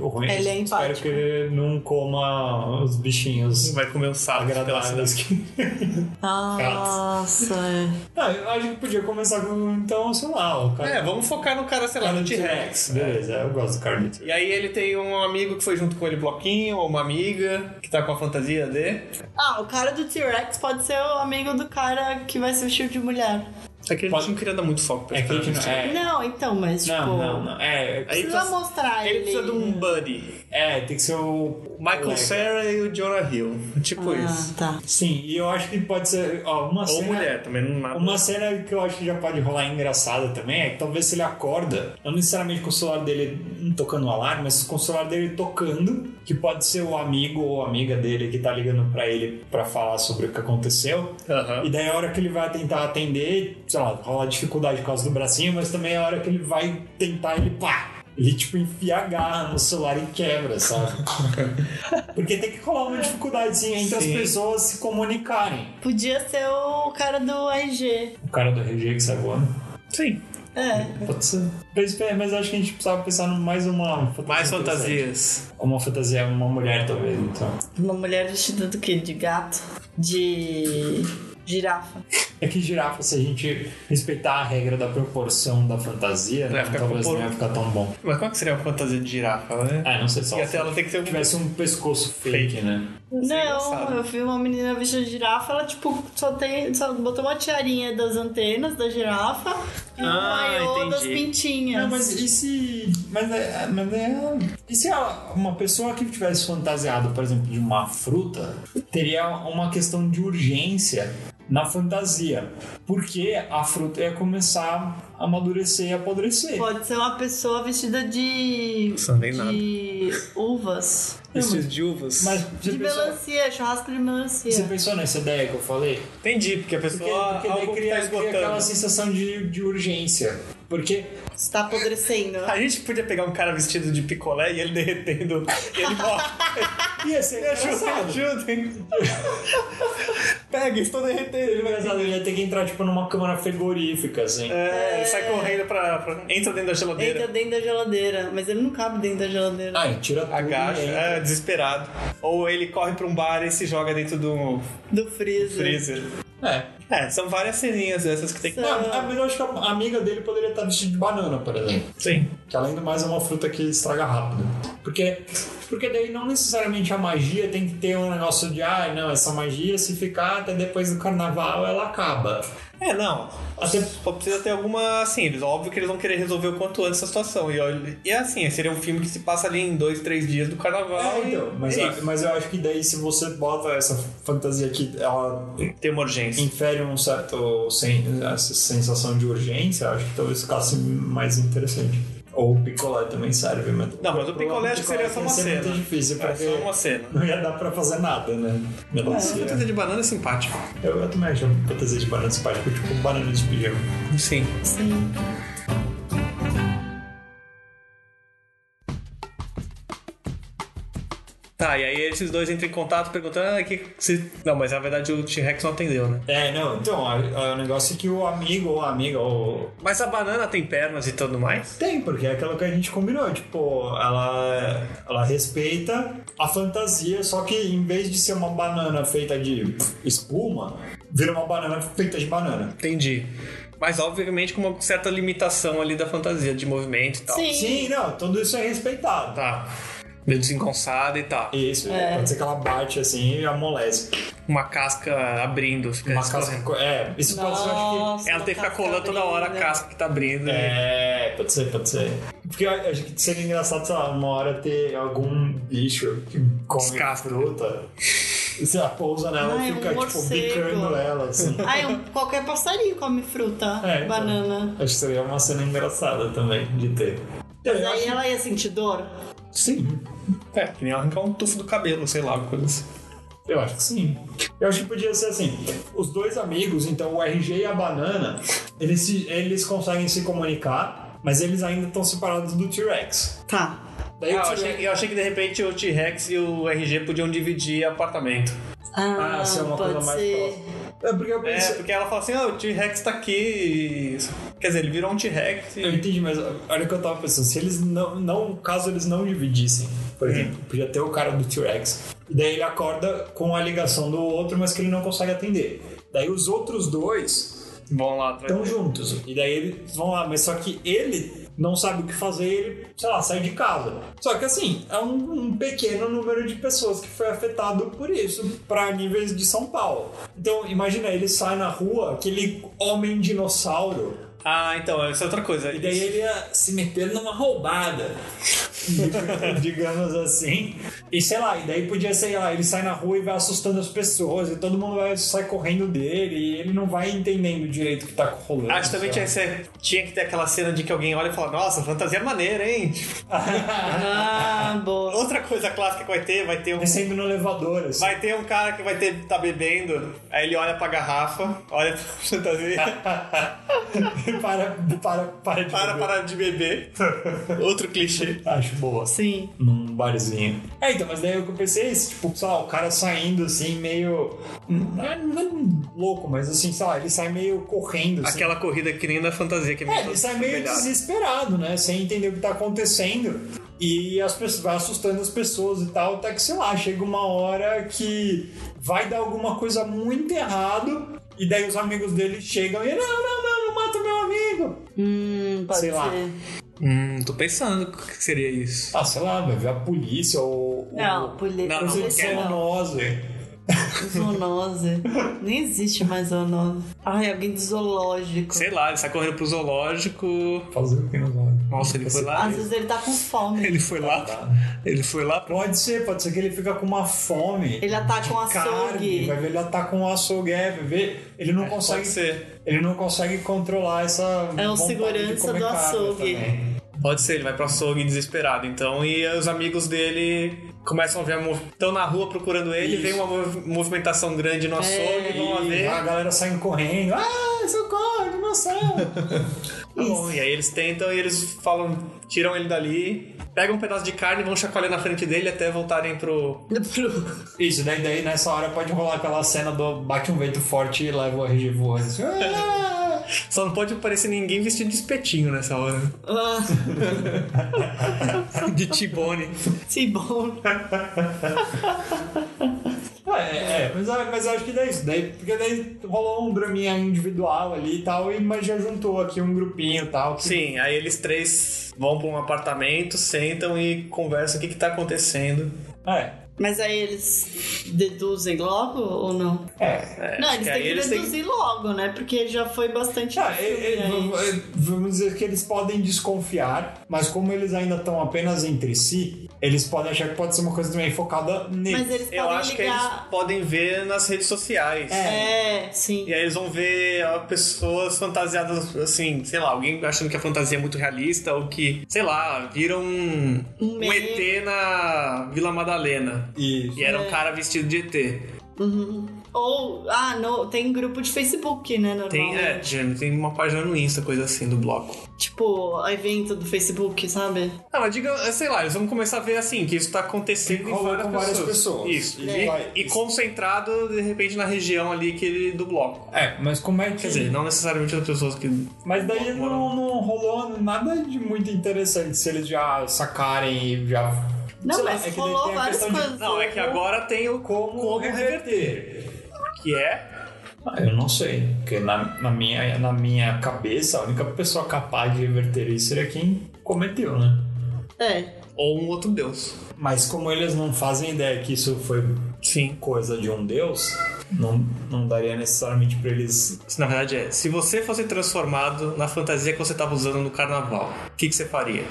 O ruim é
Ele é
que Espero
empático.
que ele não coma os bichinhos
Vai comer um sapo pela
agradáveis
cidade.
que.
Nossa. é.
Ah, eu acho que podia começar com, então, sei lá, o cara.
É, vamos focar no cara, sei lá,
cara
no
do
T-Rex.
Beleza, eu gosto do cara do T-Rex.
E aí ele tem um amigo que foi junto com ele bloquinho, ou uma amiga que tá com a fantasia de.
É
Ah, o cara do T-Rex pode ser o amigo do cara que vai se vestir de mulher.
É que a gente
Pode-
não queria dar muito foco pra
É
esse
que a
cara, né?
gente não. É,
Não, então, mas tipo.
não, não, não. É,
Aí
Precisa
precisa-
mostrar ele.
Ele precisa de um buddy.
é, tem que ser o.
Michael
Legal.
Cera e o Jonah Hill. Tipo isso.
Ah, tá.
Sim, e eu acho que pode ser. Ó, uma
Ou
cena.
mulher também, não nada.
Uma cena que eu acho que já pode rolar engraçada também é que talvez se ele acorda, não necessariamente com o celular dele tocando o alarme, mas com o celular dele tocando, que pode ser o amigo ou amiga dele que tá ligando pra ele pra falar sobre o que aconteceu.
Aham.
E daí é a hora que ele vai tentar atender, sei lá, rola dificuldade por causa do bracinho, mas também é a hora que ele vai tentar, ele pá! Ele, tipo, enfia a garra no celular e quebra, sabe? Porque tem que rolar uma dificuldade, sim, entre
Sim.
as pessoas se comunicarem.
Podia ser o cara do RG.
O cara do RG que sai voando.
Sim.
É.
Pode ser. Mas, é, mas acho que a gente precisava pensar em mais uma fantasia.
Mais
interessante.
fantasias.
Uma fantasia, uma mulher, talvez, então.
Uma mulher vestida do quê? De gato? De. Girafa.
É que girafa, se a gente respeitar a regra da proporção da fantasia,
Vai
né,
ficar
talvez
propor-
não ia ficar tão bom.
Mas qual que seria a fantasia de girafa, né?
Ah, não sei se
e até ela tem que ser um...
tivesse um pescoço fake, né?
Não,
engraçado.
eu vi uma menina vestida de girafa, ela tipo só tem, só botou uma tiarinha das antenas da girafa e um
Ah,
maiô das
entendi.
pintinhas.
Não, Ah, mas e se. Mas é. Mas é e se a- uma pessoa que tivesse fantasiado, por exemplo, de uma fruta, teria uma questão de urgência na fantasia. Porque a fruta ia começar a amadurecer e apodrecer.
Pode ser uma pessoa vestida de.
Não tem nada.
de uvas.
Vestidos de uvas.
Mas você
de
pensou,
melancia, churrasco de melancia.
você pensou nessa ideia que eu falei?
Entendi, porque a
Porque,
pessoa...
porque daí
algo que
cria,
tá
cria
esgotando.
aquela assim- sensação de, de urgência. Porque
Está apodrecendo.
A gente podia pegar um cara vestido de picolé e ele derretendo. E ele morre.
ia ser
Me ajuda, me
engraçado.
ajudem. Pega, estou derretendo. Ele vai-
Engraçado, ele ia ter que entrar tipo numa câmara frigorífica, assim.
É, ele sai correndo pra, pra- Entra dentro da geladeira.
Entra dentro da geladeira, mas ele não cabe dentro da geladeira.
Ah, e tira tudo.
Agacha,
né?
é, desesperado. Ou ele corre pra um bar e se joga dentro do
Do freezer.
freezer.
É.
É, são várias ceninhas essas que tem que.
Sim.
Não, ah, mas eu acho que a amiga dele poderia estar vestida de banana, por exemplo.
Sim.
Que além do mais é uma fruta que estraga rápido. Porque, porque daí não necessariamente a magia tem que ter um negócio de, ah, não, essa magia se ficar até depois do carnaval ela acaba.
É, não.
Até-
Só precisa ter alguma. Assim, eles, óbvio que eles vão querer resolver o quanto antes essa situação. E, olha- e assim, seria um filme que se passa ali em dois, três dias do carnaval.
É, então,
e-
mas,
é
eu-
isso.
mas eu acho que daí se você bota essa fantasia aqui, ela
Tem uma urgência.
infere um certo sen- essa sensação de urgência, eu acho que talvez ficasse mais interessante. Ou o picolé também serve, mas...
Não, mas o picolé acho que seria só uma
ia ser
cena.
muito difícil,
É
porque
só uma cena.
não ia dar pra fazer nada, né?
A
Melancia.
fantasia de banana é simpática.
eu, eu também acho a fantasia de banana simpática, tipo banana de pijama.
Sim.
Sim.
Tá, e aí esses dois entram em contato perguntando ah, que se... Não, mas na verdade o T-Rex não atendeu, né?
É, não, então, a- a- o negócio é que o amigo ou a amiga ou...
Mas a banana tem pernas e tudo mais?
Tem, porque é aquilo que a gente combinou, tipo, ela, ela respeita a fantasia, só que em vez de ser uma banana feita de espuma, vira uma banana feita de banana.
Entendi. Mas obviamente com uma certa limitação ali da fantasia, de movimento e tal.
Sim.
Sim, não, tudo isso é respeitado.
Tá. Meio desengonçada e tal.
Isso,
É.
pode ser que ela bate assim e amolece.
Uma casca abrindo, assim, fica
Uma
escorrendo.
casca. É, isso pode ser, eu acho que.
Nossa,
Ela tem que
uma
ficar colando
casca
toda hora a
abrindo.
casca que tá abrindo. né?
É, pode ser, pode ser. Porque eu acho que seria engraçado, sei lá, uma hora ter algum bicho que come
Descasca.
fruta. Você pousa nela
Ah,
e
é um
fica, tipo,
morcego.
bicando ela, assim.
Ai, um- qualquer passarinho come fruta,
É, então.
banana.
Acho que seria uma cena engraçada também de ter. É,
Mas aí ela ia sentir dor.
Sim,
É, que nem arrancar um tufo do cabelo, sei lá, uma coisa assim.
eu acho que sim. Eu acho que podia ser assim: os dois amigos, então o RG e a banana, eles, se- eles conseguem se comunicar, mas eles ainda estão separados do T-Rex.
Tá.
Ah,
Daí o
eu,
T-Rex-
achei, eu achei que de repente o T-Rex e o RG podiam dividir apartamento.
Ah, se é uma
pode
coisa mais
ser.
próxima. É porque eu
É,
pensei.
porque ela fala assim, ó, o T-Rex tá aqui. e- Quer dizer, ele virou um T-Rex.
Eu
e-
entendi, mas olha o que eu tava pensando. Se eles não. não caso eles não dividissem, por exemplo, podia ter o cara do T-Rex. E daí ele acorda com a ligação do outro, mas que ele não consegue atender. Daí os outros dois
Vão lá atrás.
estão juntos. E daí eles vão lá, mas só que ele não sabe o que fazer, ele, sei lá, sai de casa. Só que assim, é um, um pequeno número de pessoas que foi afetado por isso, para níveis de São Paulo. Então, imagina, ele sai na rua, aquele homem dinossauro.
Ah, então, essa é outra coisa.
E daí ele ia se meter numa roubada, digamos assim. E sei lá, e daí podia ser, sei lá, ele sai na rua e vai assustando as pessoas, e todo mundo vai, sai correndo dele, e ele não vai entendendo direito o que tá rolando.
Acho também
sei
tinha, que é ser- tinha que ter aquela cena de que alguém olha e fala, nossa, fantasia maneira, hein? Tipo,
Ah, boa.
Outra coisa clássica que vai ter, vai ter um.
lá. Descendo no elevador, assim.
Vai ter um cara que vai ter tá bebendo, aí ele olha pra garrafa, olha pra fantasia,
para, para, para de
para
beber.
parar de beber. Outro clichê.
Acho boa. assim,
Sim.
num barzinho. É, então, mas daí o que eu pensei é isso, tipo, sei lá, o cara saindo assim, meio. Não é, não é louco, mas assim, sei lá, ele sai meio correndo. Assim.
Aquela corrida que nem da fantasia que
É, ele sai meio desesperado, né? Sem entender o que tá acontecendo. E as pessoas, vai assustando as pessoas e tal, até que, sei lá, chega uma hora que vai dar alguma coisa muito errado E daí os amigos dele chegam e não, não, não, não mata meu amigo.
Hum, pode
Sei
ser.
lá.
Hum, tô pensando o que seria isso.
Ah, sei lá, vai ver a polícia ou...
Não,
ou...
É, polícia
Não,
não,
não,
Coisa de
quero
não, não.
zoonose.
Zoonose. Nem existe mais zoonose. Ai, alguém do zoológico.
Sei lá, ele sai correndo pro zoológico.
Fazer o que não vai.
Nossa, ele foi lá.
Às vezes ele tá com fome.
Ele foi lá. Ele foi lá pra.
Pode ser, pode ser que ele fica com uma fome.
Ele ataca um
Carne,
açougue.
vai ver, ele ataca um açougue, é, vai ver. Ele não consegue
Pode ser.
Ele não consegue controlar essa.
É o
vontade
segurança
de comer
do
carne
açougue.
também.
Pode ser, ele vai pro açougue desesperado, então. E os amigos dele começam a ver a mov... Estão na rua procurando ele,
Isso.
vem uma mov- movimentação grande no açougue, vão É, lá
E
ver. tá
a galera sai correndo. Ah, socorro, animação!
Tá bom, e aí eles tentam e eles falam, tiram ele dali, pegam um pedaço de carne e vão chacoalhando na frente dele até voltarem pro.
Pro-
Isso, daí, daí nessa hora pode rolar aquela cena do bate um vento forte e leva o RG voando. Assim, "Ah!"
Só não pode aparecer ninguém vestido de espetinho nessa hora. né?
Ah,
De tibone.
que bom.
é, é, mas, eu- mas eu acho que daí isso. Daí, porque daí rolou um draminha individual ali e tal, e, mas já juntou aqui um grupinho e tal. que-
Sim, aí eles três vão pra um apartamento, sentam e conversam o que, que tá acontecendo.
É.
Mas aí eles deduzem logo ou não?
É,
É,
não, eles
acho
têm
que aí
que deduzir logo, né? Porque já foi bastante.
Ah,
filme
é- é,
aí.
v- é, vamos dizer que eles podem desconfiar, mas como eles ainda estão apenas entre si, eles podem achar que pode ser uma coisa também focada neles.
Mas eles
Eu
podem
acho que é
ligar.
eles podem ver nas redes sociais.
É, sim.
E aí eles vão ver ah, pessoas fantasiadas, assim, sei lá, alguém achando que a fantasia é muito realista ou que, sei lá, viram um,
Um
um
meme. É.
ET na Vila Madalena.
Isso.
E era um cara vestido de ET.
Ou, ah, no, tem grupo de Facebook, né?
Tem, é,
Normalmente.
Jane, tem uma página no Insta, coisa assim, do bloco.
Tipo, evento do Facebook, sabe?
Ah, mas diga, é, sei lá, eles vão começar a ver assim, que isso tá acontecendo em
Rola
várias,
com várias pessoas.
Isso.
É.
E
E,
vai-
e concentrado, de repente, na região ali que ele, do bloco.
É, mas como é que.
Quer dizer, não necessariamente as pessoas que.
mas daí não, não rolou nada de muito interessante se eles já sacarem e já.
Não,
Sei lá,
mas
é que daí
rolou
tem a
várias
questão de
coisas. né?
Não, é que agora tem o
Como, reverter?
que é.
Ah, eu não sei. Porque na, na minha, na minha cabeça, a única pessoa capaz de reverter isso seria quem cometeu, né?
É.
Ou um outro deus.
Mas como eles não fazem ideia que isso foi
Sim.
coisa de um deus, não, não daria necessariamente pra eles.
Isso, na verdade é, se você fosse transformado na fantasia que você tava usando no carnaval, o que, que você faria?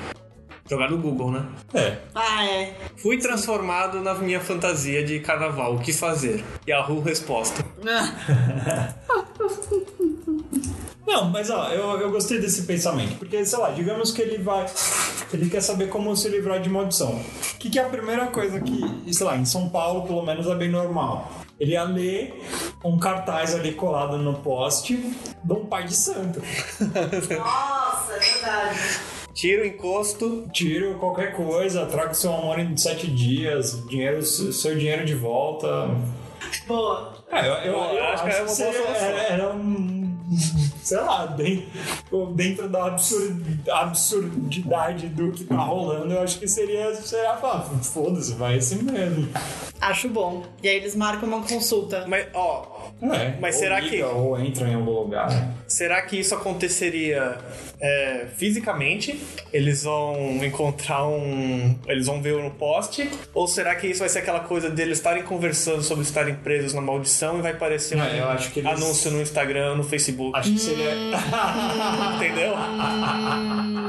Jogar no Google, né?
É.
Ah, é.
Fui transformado na minha fantasia de carnaval, o que fazer? Yahoo resposta.
Ah,
Não, mas ó, eu, eu gostei desse pensamento. Porque, sei lá, digamos que ele vai. Ele quer saber como se livrar de maldição. O que, que é a primeira coisa que, sei lá, em São Paulo, pelo menos, é bem normal? Ele ia ler um cartaz ali colado no poste de um pai de santo.
Nossa, é verdade.
Tira o encosto.
Tiro qualquer coisa, trago seu amor em sete dias, dinheiro, seu dinheiro de volta,
Boa.
É, eu, eu, eu acho que era
uma boa
seria-
solução.
era, era um. Sei lá, dentro, dentro da absur- absurdidade do que tá rolando, eu acho que seria. seria ah, foda-se, vai assim mesmo.
Acho bom. E aí eles marcam uma consulta.
Mas, ó,
É,
Mas
ou
será
liga,
que-
Ou entra em algum lugar.
será que isso aconteceria é, fisicamente? Eles vão encontrar um. Eles vão ver no poste? Ou será que isso vai ser aquela coisa deles estarem conversando sobre estarem presos na maldição e vai aparecer
Não,
um
eu acho que eles-
anúncio no Instagram, no Facebook?
Acho que seria.
Entendeu?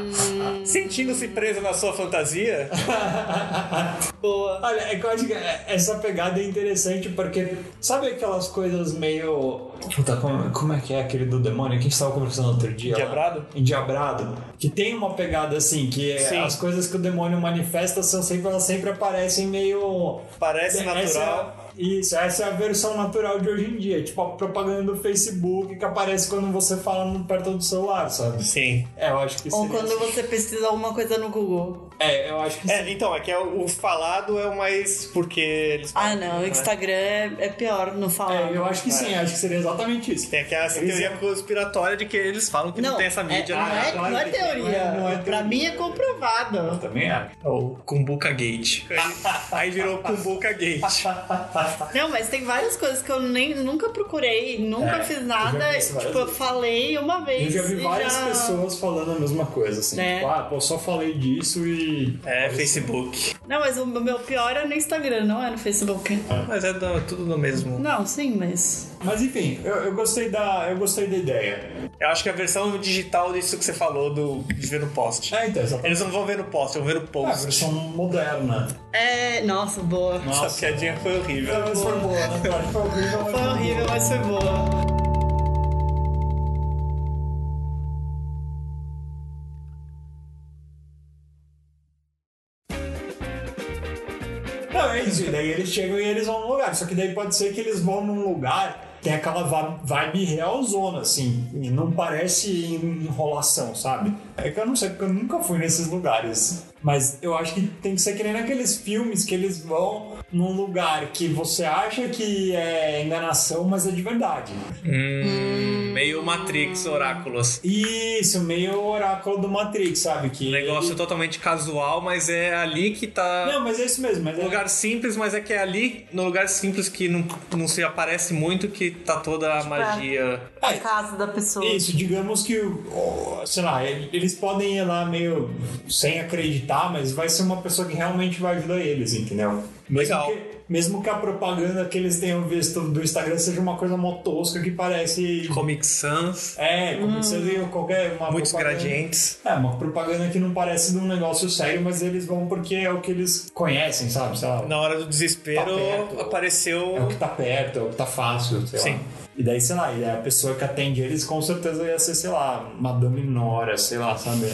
Sentindo-se preso na sua fantasia?
Boa.
Olha, é que eu acho que essa pegada é interessante porque sabe aquelas coisas meio. Puta, como, como é que é aquele do demônio que a gente tava conversando outro dia? lá?
Endiabrado?
Endiabrado. Que tem uma pegada assim, que é
Sim.
as coisas que o demônio manifesta são sempre, elas sempre aparecem meio.
Parece
Essa é
natural.
a- isso, essa é a versão natural de hoje em dia. Tipo a propaganda do Facebook que aparece quando você fala no- perto do celular, sabe?
Sim.
É, eu acho que
Ou
seria
quando
assim.
você pesquisa alguma coisa no Google.
É, eu acho que sim.
É, então, é que é o o falado é o mais. Porque eles.
Ah, não. O Instagram é, é pior no falar.
É, eu acho que sim, eu acho que seria exatamente isso.
Tem aquela essa
é-
teoria conspiratória de que eles falam que não, tem essa mídia.
é, não,
né?
é,
claro
não é
que tem,
teoria.
não é- não é
Pra
teoria.
mim é comprovado.
Também acho.
É o Kumbuka Gate. Aí, aí virou Kumbuka Gate. tá.
Não, mas tem várias coisas que eu nem, nunca procurei, nunca
É,
fiz
eu já
nada.
vi isso várias
tipo, eu
vezes.
falei uma
Eu
vez.
já vi
e
várias
já-
pessoas falando a mesma coisa, assim.
Né?
Tipo, ah, pô, só falei disso e.
É, Facebook.
Não, mas o meu pior é no Instagram, não é no Facebook.
Mas é da- tudo no mesmo.
Não, sim, mas.
Mas enfim, eu, eu gostei da. Eu gostei da ideia.
Eu acho que é a versão digital disso que você falou do, de ver no post.
É, então, exatamente.
Eles não vão ver no post, vão ver no
É a
post.
versão moderna.
É. Nossa, boa.
Essa piadinha foi horrível.
Mas foi boa, né? cara? Foi horrível, mas
Foi horrível, mas foi boa.
Não, é isso. E daí eles chegam e eles vão num lugar. Só que daí pode ser que eles vão num lugar que é aquela va- vibe realzona, assim. E não parece enrolação, sabe? É que eu não sei, porque eu nunca fui nesses lugares. Mas eu acho que tem que ser que nem naqueles filmes que eles vão num lugar que você acha que é enganação, mas é de verdade.
Hum,
Hum.
Meio Matrix, Oráculos.
Isso, meio oráculo do Matrix, sabe? Que
Um negócio totalmente casual, mas é ali que tá.
Não, mas é isso mesmo. Mas
Um
é-
lugar simples, mas é que é ali, no lugar simples que não, não se aparece muito, que tá toda a
é.
magia.
A casa da pessoa.
Isso, digamos que, ó, sei lá, eles podem ir lá meio sem acreditar, mas vai ser uma pessoa que realmente vai ajudar eles, entendeu? Mesmo
Legal.
Que, mesmo que a propaganda que eles tenham visto do Instagram seja uma coisa mó tosca que parece.
Comic Sans,
É, como se você viu qualquer. Uma
muitos
propaganda-
gradientes.
É, uma propaganda que não parece de um negócio sério, mas eles vão porque é o que eles conhecem, sabe? Sei lá,
Na hora do desespero,
Tá perto.
apareceu.
é o que tá perto, é o que tá fácil, sei
Sim.
lá. E daí, sei lá, e a pessoa que atende eles com certeza ia ser, sei lá, Madame Nora, sei lá, sabe?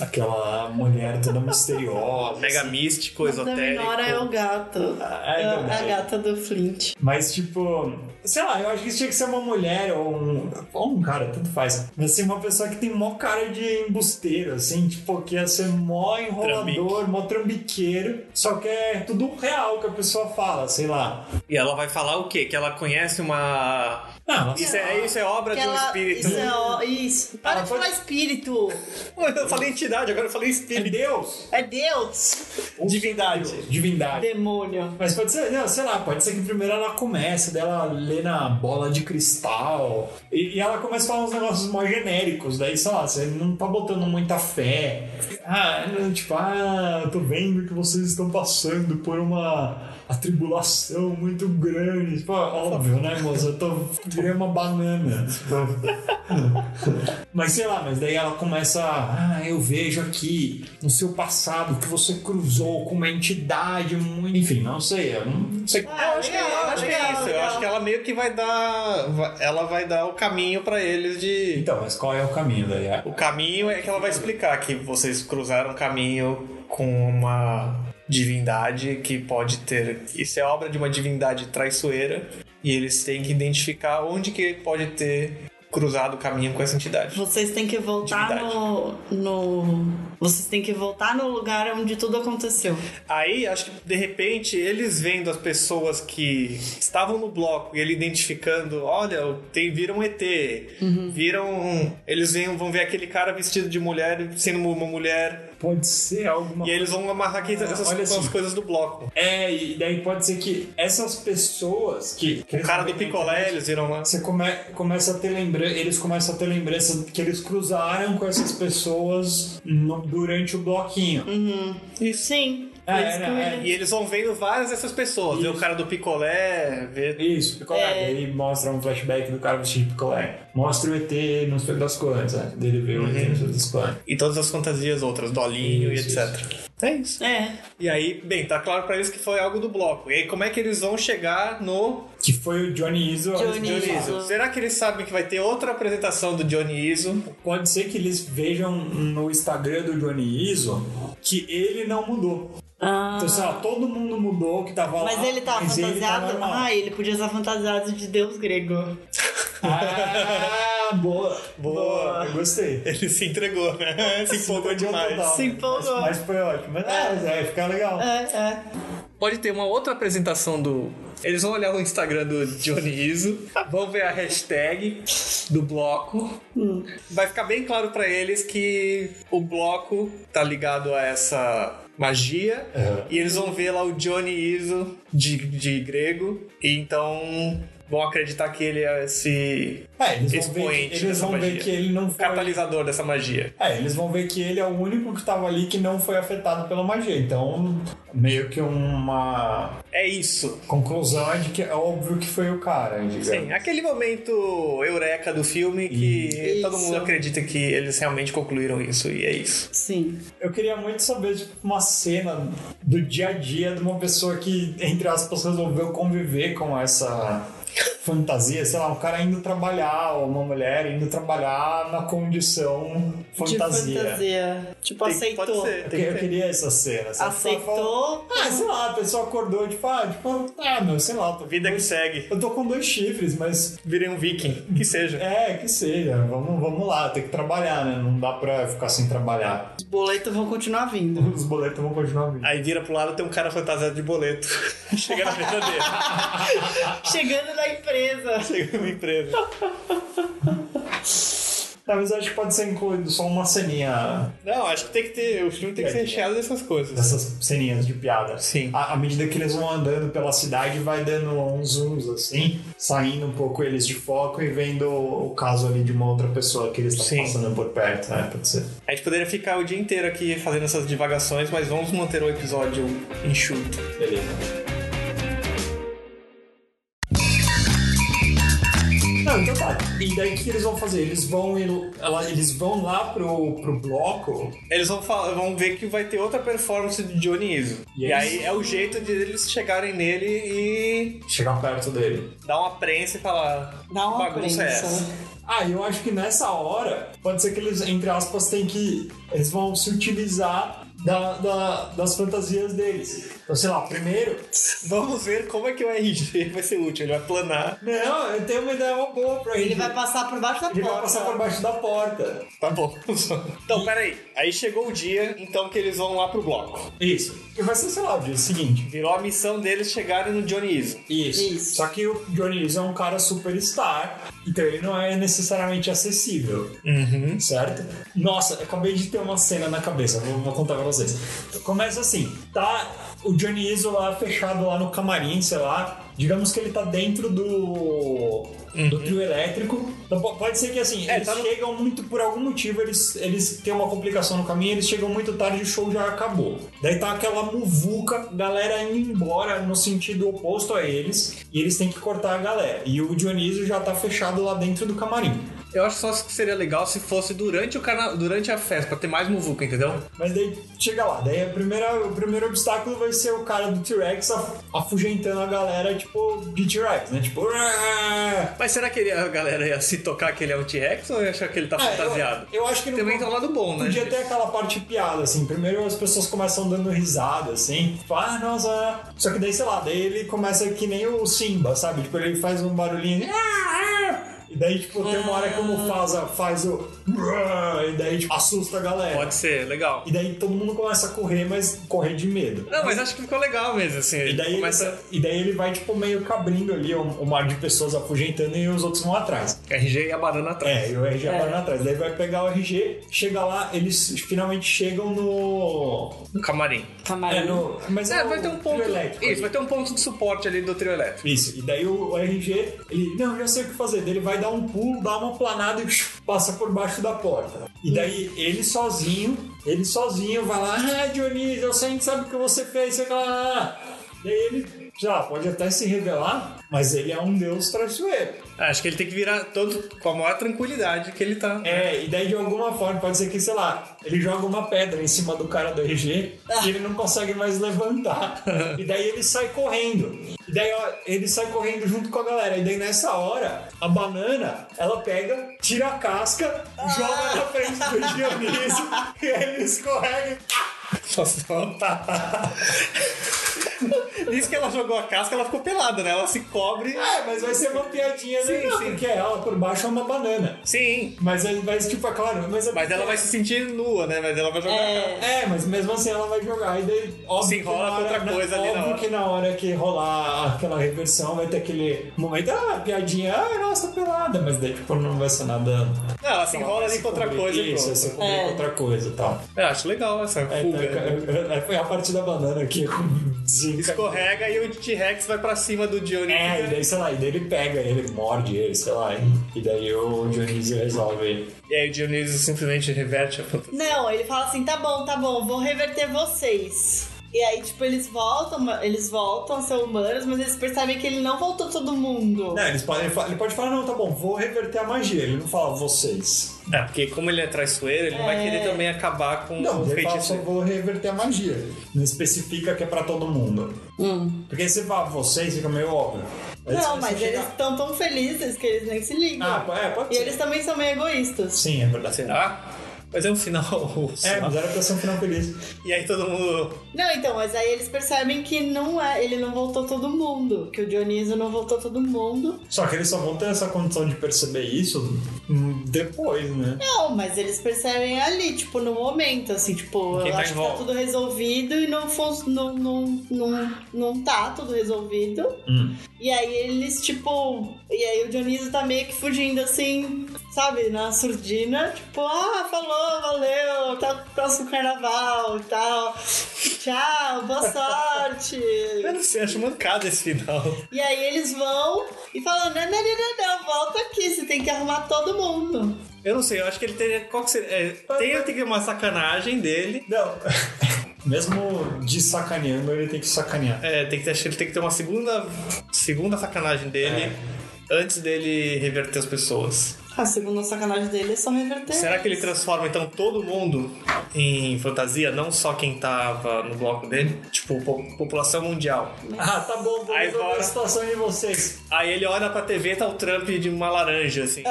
Aquela mulher toda misteriosa.
Mega
assim.
místico,
Da
esotérico.
Minora é o gato.
É
a,
verdade.
a gata do Flint.
Mas, tipo, sei lá, eu acho que isso tinha que ser uma mulher ou um, ou um cara, tanto faz. Mas, assim, uma pessoa que tem mó cara de embusteiro, assim, tipo, que ia ser mó enrolador, mó trambiqueiro. Só que é tudo real que a pessoa fala, sei lá.
E ela vai falar o quê? Que ela conhece uma.
Não,
Isso é, isso é obra
Que
do
ela-
espírito.
Isso, é, ó, isso. Para
Ela
de
foi-
falar espírito.
Eu falei entidade, agora eu falei
é
espírito.
Deus!
É Deus.
Divindade.
Divindade.
Demônio.
Mas pode ser, não, sei lá, pode ser que primeiro ela comece, dela lê na bola de cristal, e, e ela começa a falar uns negócios mais genéricos, daí, sei lá, você não tá botando muita fé. Ah, não, tipo, ah, eu tô vendo que vocês estão passando por uma atribulação muito grande. Tipo, óbvio, né, moça? Eu tô virei uma banana. Mas sei lá, mas daí ela começa. Ah, eu vejo aqui no seu passado que você cruzou com uma entidade muito. Enfim, não sei. é um Eu não sei.
Ah,
Eu acho que é,
legal,
eu acho que é
legal,
isso. Eu
legal.
acho que ela meio que vai dar. vai- Ela vai dar o caminho pra eles de.
Então, mas qual é o caminho daí?
O caminho é que ela vai explicar que vocês cruzaram o caminho com uma divindade que pode ter. Isso é obra de uma divindade traiçoeira. E eles têm que identificar onde que pode ter cruzado o caminho com essa entidade.
Vocês têm que voltar
Divindade.
no, no. Vocês têm que voltar no lugar onde tudo aconteceu.
Aí, acho que de repente, eles vendo as pessoas que estavam no bloco e ele identificando, olha, tem, viram um ET, viram. um, Eles vêm- vão ver aquele cara vestido de mulher sendo uma mulher.
Pode ser alguma
E aí eles vão amarrar aqui essas
olha
com as
assim.
coisas do bloco.
É, e daí pode ser que essas pessoas que. que
O cara do
eles-
picolé, eles viram lá.
Você come, começa a ter lembrança, eles começam a ter lembrança que eles cruzaram com essas pessoas no- durante o bloquinho.
Hum.
Isso. Sim.
É,
Por isso
é,
que eu
é.
ia-
E eles vão vendo várias dessas pessoas. Vê o cara do picolé, vê.
Isso, picolé.
É.
Daí mostra um flashback do cara vestido de picolé. Mostra o ET, não sei das coisas, né? Dele vê o
Uhum.
ET, não sei das coisas.
E todas as fantasias outras, dolinho
Isso,
e etc. É isso.
É.
E aí, bem, tá claro pra eles que foi algo do bloco. E aí, como é que eles vão chegar no
Que foi o Johnny Izzo.
Johnny
Johnny
Isso.
Iso? Será que eles sabem que vai ter outra apresentação do Johnny Iso?
Pode ser que eles vejam no Instagram do Johnny Izzo que ele não mudou.
Ah,
Então, sei lá, todo mundo mudou que tava lá.
Mas ele tava
mas ele tá
fantasiado?
normal.
ah, ele podia estar fantasiado de deus grego.
Ah, boa.
Boa.
Eu gostei.
Ele se entregou, né? Se empolgou
Total,
demais.
né?
Se empolgou.
Mas, mas foi ótimo. Mas é, é, fica legal.
É, é.
pode ter uma outra apresentação do. Eles vão olhar o Instagram do Johnny Rizzo, vão ver a hashtag do bloco.
Hum.
Vai ficar bem claro pra eles que o bloco tá ligado a essa magia. E eles vão ver lá o Johnny Rizzo de, de grego. E então vão acreditar que ele é esse
É, eles vão, ver,
expoente
que- eles
dessa
vão ver
magia.
que ele não foi.
Catalisador dessa magia.
É, eles vão ver que ele é o único que tava ali que não foi afetado pela magia. Então, meio que uma
É isso.
conclusão é de que é óbvio que foi o cara, digamos.
Sim, aquele momento eureka do filme que todo mundo acredita que eles realmente concluíram isso e é isso.
Sim.
Eu queria muito saber tipo, uma cena do dia a dia de uma pessoa que, entre aspas, resolveu conviver com essa fantasia, sei lá, um cara indo trabalhar, ou uma mulher indo trabalhar na condição fantasia.
De fantasia. Tipo,
Tem- Pode
aceitou.
ser, tem
Eu, que-
que
eu
ter.
queria essa cena. sabe? Tipo,
Aceitou.
Ah, sei lá, a pessoa acordou, tipo, ah, tipo, ah, meu, sei lá, eu tô com
Vida que
dois-
segue.
Eu tô com dois chifres, mas
Virei um viking, que seja.
é, que seja, vamos, vamos lá, tem que trabalhar, né? Não dá pra ficar sem trabalhar.
Os boletos vão continuar vindo.
Os boletos vão continuar vindo.
Aí vira pro lado tem um cara fantasiado de boleto. Chega na mesa dele.
Chegando na empresa.
Chega numa empresa.
Tá, mas eu acho que pode ser incluído só uma ceninha
Não, acho que tem que ter. O filme tem que ser recheado dessas coisas.
dessas ceninhas de piada.
Sim.
À, à medida que eles vão andando pela cidade, vai dando uns zooms assim, saindo um pouco eles de foco e vendo o caso ali de uma outra pessoa que eles
Sim.
estão passando por perto, né? Pode ser.
A gente poderia ficar o dia inteiro aqui fazendo essas divagações, mas vamos manter o episódio enxuto.
Beleza. Não, então tá. E daí o que eles vão fazer? Eles vão, ir- ela- eles vão lá pro, pro bloco.
Eles vão, falar- vão ver que vai ter outra performance de Johnny Izzo. E
E é
aí é o jeito de eles chegarem nele e
Chegar perto dele.
dá uma prensa e fala.
Dá uma
que bagunça é
prensa.
essa?
Ah, eu acho que nessa hora, pode ser que eles, entre aspas, tem que. Eles vão se utilizar da- da- das fantasias deles. Então, sei lá, primeiro.
Vamos ver como é que o RG vai ser útil. Ele vai planar.
Não, eu tenho uma ideia uma boa pra ele.
Ele vai passar por baixo da
Ele vai
porta.
passar por baixo da porta.
Tá bom. então, peraí. Aí chegou o dia, então, que eles vão lá pro bloco.
Isso. E vai ser, sei lá, o dia seguinte.
Virou a missão deles chegarem no Johnny Izzo.
Isso.
Isso.
Só que o Johnny Lewis é um cara superstar, então ele não é necessariamente acessível,
Uhum.
certo? Nossa, eu acabei de ter uma cena na cabeça, vou, vou contar pra vocês. Começa assim, tá o Johnny Izzo lá fechado lá no camarim, sei lá. Digamos que ele tá dentro do, do trio elétrico. Então, po- pode ser que assim,
Uhum. É,
eles
tá no-
chegam muito por algum motivo, eles, eles têm uma complicação no caminho, eles chegam muito tarde e o show já acabou. Daí tá aquela muvuca, galera indo embora no sentido oposto a eles, e eles têm que cortar a galera. E o Dionísio já tá fechado lá dentro do camarim.
Eu acho só que seria legal se fosse durante o carna... durante a festa, pra ter mais muvuca, entendeu?
Mas daí chega lá, daí a primeira, o primeiro obstáculo vai ser o cara do T-Rex af- afugentando a galera, tipo, de T-Rex, né? Tipo. "Ué!"
Mas será que ele- a galera ia se tocar que ele é um T-Rex ou ia achar que ele tá
Ah, eu-
fantasiado?
Eu, acho que no
Também tem um lado bom, né?
Podia ter aquela parte piada, assim. Primeiro as pessoas começam dando risada, assim. Tipo, ah, nossa. Só que daí, sei lá, daí ele começa que nem o Simba, sabe? Tipo, ele faz um barulhinho. assim, "Ah, ah". E daí, tipo, tem uma hora que o Mufasa faz o. E daí, tipo, assusta a galera.
Pode ser, legal.
E daí todo mundo começa a correr, mas correr de medo.
Não, mas acho que ficou legal mesmo, assim.
E
Ele
daí,
começa.
ele, e daí ele vai, tipo, meio cabrindo ali o, o mar de pessoas afugentando e os outros vão atrás.
RG e a banana atrás.
É, e o RG agora lá atrás. Daí vai pegar o RG, chega lá, eles finalmente chegam no.
No camarim.
É,
Camarim.
no. Mas
É,
no
vai ter um
trio
ponto.
elétrico
Isso,
ali.
vai ter um ponto de suporte ali do trio elétrico.
Isso, e daí o RG, ele, não, já sei o que fazer. Daí ele vai dar um pulo, dá uma planada e passa por baixo da porta. E daí ele sozinho, ele sozinho vai lá, ah, Dionísio, eu sei que sabe o que você fez, sei lá. Daí ele, já, pode até se revelar, mas ele é um deus traiçoeiro.
É, Acho que ele tem que virar todo com a maior tranquilidade que ele tá.
É, e daí de alguma forma, pode ser que, sei lá, ele joga uma pedra em cima do cara do RG
Ah.
e ele não consegue mais levantar. E daí ele sai correndo. E daí ó, ele sai correndo junto com a galera. E daí nessa hora, a banana, ela pega, tira a casca,
Ah.
joga na frente do Dionísio e ele escorrega.
Nossa, tá. um Isso que ela jogou a casca, ela ficou pelada, né? Ela se cobre.
É, mas vai ser uma piadinha, né?
Sim, sim.
Porque ela por baixo é uma banana.
Sim.
Mas, é- mas tipo, é claro, mas, é
Mas ela vai se sentir nua, né? Mas ela vai jogar a casca.
É, mas mesmo assim ela vai jogar. E daí, óbvio
Se
que
enrola
na
com
hora-
outra coisa ali na
Óbvio
hora.
que na hora que rolar aquela reversão vai ter aquele momento, ah, piadinha, ah, nossa, pelada. Mas daí, tipo, não vai ser nada.
Não, ela se enrola
vai
ali
se
com outra
cobrir.
coisa. e
Isso, vai
pronto.
se cobrir
É.
com outra coisa e tal.
Eu acho legal essa
É,
fuga. né?
tá, é, é, foi a parte da banana que desencadeou.
Escorrega e o T-Rex vai pra cima do Johnny.
É, e daí, sei lá, e daí ele pega ele, morde ele, sei lá, e, e daí o Dionísio resolve ele.
E aí o Dionísio simplesmente reverte a fantasia.
Não, ele fala assim: tá bom, tá bom, vou reverter vocês. E aí, tipo, eles voltam, eles voltam a ser humanos, mas eles percebem que ele não voltou todo mundo.
Não, eles podem, ele fa- ele pode falar, não, tá bom, vou reverter a magia. Ele não fala vocês.
É, porque como ele é traiçoeiro, ele vai querer também acabar com o
Não, ele fala,
feitiço.
só vou reverter a magia. Não especifica que é pra todo mundo. Porque se fala vocês, fica meio óbvio. Aí
Hum. Não,
você
mas
chega-
eles estão tão felizes que eles nem se ligam.
Ah, pô, é, pode
e
ser.
eles também são meio egoístas.
Sim, é verdade.
Será? Mas é um final russo.
É, mas era pra ser um final feliz.
E aí todo mundo.
Não, então, mas aí eles percebem que não é, ele não voltou todo mundo, que o Dioniso não voltou todo mundo.
Só que eles só vão ter essa condição de perceber isso hum, depois, né?
Não, mas eles percebem ali, tipo, no momento, assim, tipo,
Quem
eu
tá
acho
em
que tá
volta.
tudo resolvido e não, fun- não, não, não, não tá tudo resolvido.
Hum.
E aí eles, tipo, e aí o Dioniso tá meio que fugindo assim, sabe, na surdina, tipo, ah, falou, valeu, até o próximo carnaval e tal. Tchau, boa sorte.
Eu não sei, acho mancado esse final.
E aí eles vão e falam: não, não, não, não, não, volta aqui, você tem que arrumar todo mundo.
Eu não sei, eu acho que ele teria. Qual que seria? É, tem, tem que ter uma sacanagem dele.
Não. Mesmo de sacaneando, ele tem que sacanear.
É, tem que, acho que ele tem que ter uma segunda. Segunda sacanagem dele. Antes dele reverter as pessoas.
Ah, A segunda sacanagem dele é só reverter.
Será que ele transforma então todo mundo em fantasia, não só quem tava no bloco dele? Tipo, po- população mundial.
Ah, tá bom, vou
Aí
resolver
bora.
a situação de vocês.
Aí ele olha pra TV e tá o Trump de uma laranja, assim.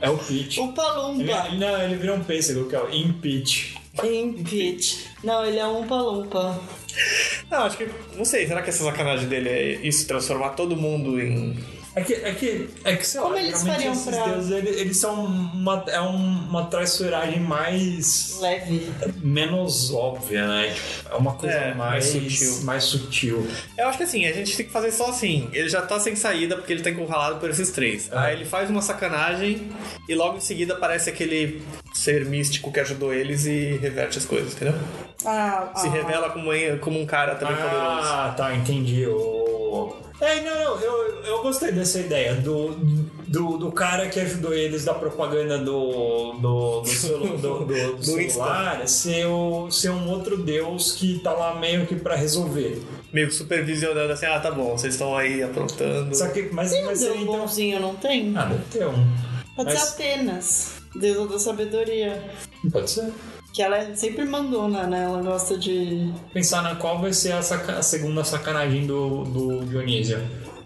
É o Pete.
O
é-
Palumba.
Ele- não, ele vira um pêssego, que é o Impeach.
Impit. Não, ele é um Palumpa.
Não, acho que. Não sei, será que essa sacanagem dele é isso? Transformar todo mundo em.
É que, é que, é que sei
Como
lá,
eles
geralmente
fariam
esses
pra-
deuses, ele- eles, são uma, é um- uma traiçoeiragem mais...
Leve.
menos óbvia, né? Tipo, É uma coisa
É, mais
mais,
sutil.
mais sutil.
Eu acho que assim, a gente tem que fazer só assim. Ele já tá sem saída porque ele tá encurralado por esses três.
Ah.
Aí ele faz uma sacanagem e logo em seguida aparece aquele ser místico que ajudou eles e reverte as coisas, entendeu?
Ah,
Se revela como, en- como um cara também poderoso.
Ah, tá, entendi. O... É, não, não, eu, eu gostei dessa ideia do, do, do cara que ajudou eles da propaganda do, do, do, celu- do, do- do
Do Insta.
celular ser, o, ser um outro deus que tá lá meio que pra resolver.
Meio que supervisionando assim, ah, tá bom, vocês estão aí aprontando.
Só que, mas,
Tem um
mas
deus
ele então.
bonzinho, não tem?
Ah, deve ter um.
Pode
mas-
ser Atenas. Deusa da sabedoria.
Pode ser.
Que ela é sempre mandona, né? Ela gosta de.
Pensar na qual vai ser a, saca- a segunda sacanagem do, do Dionísio.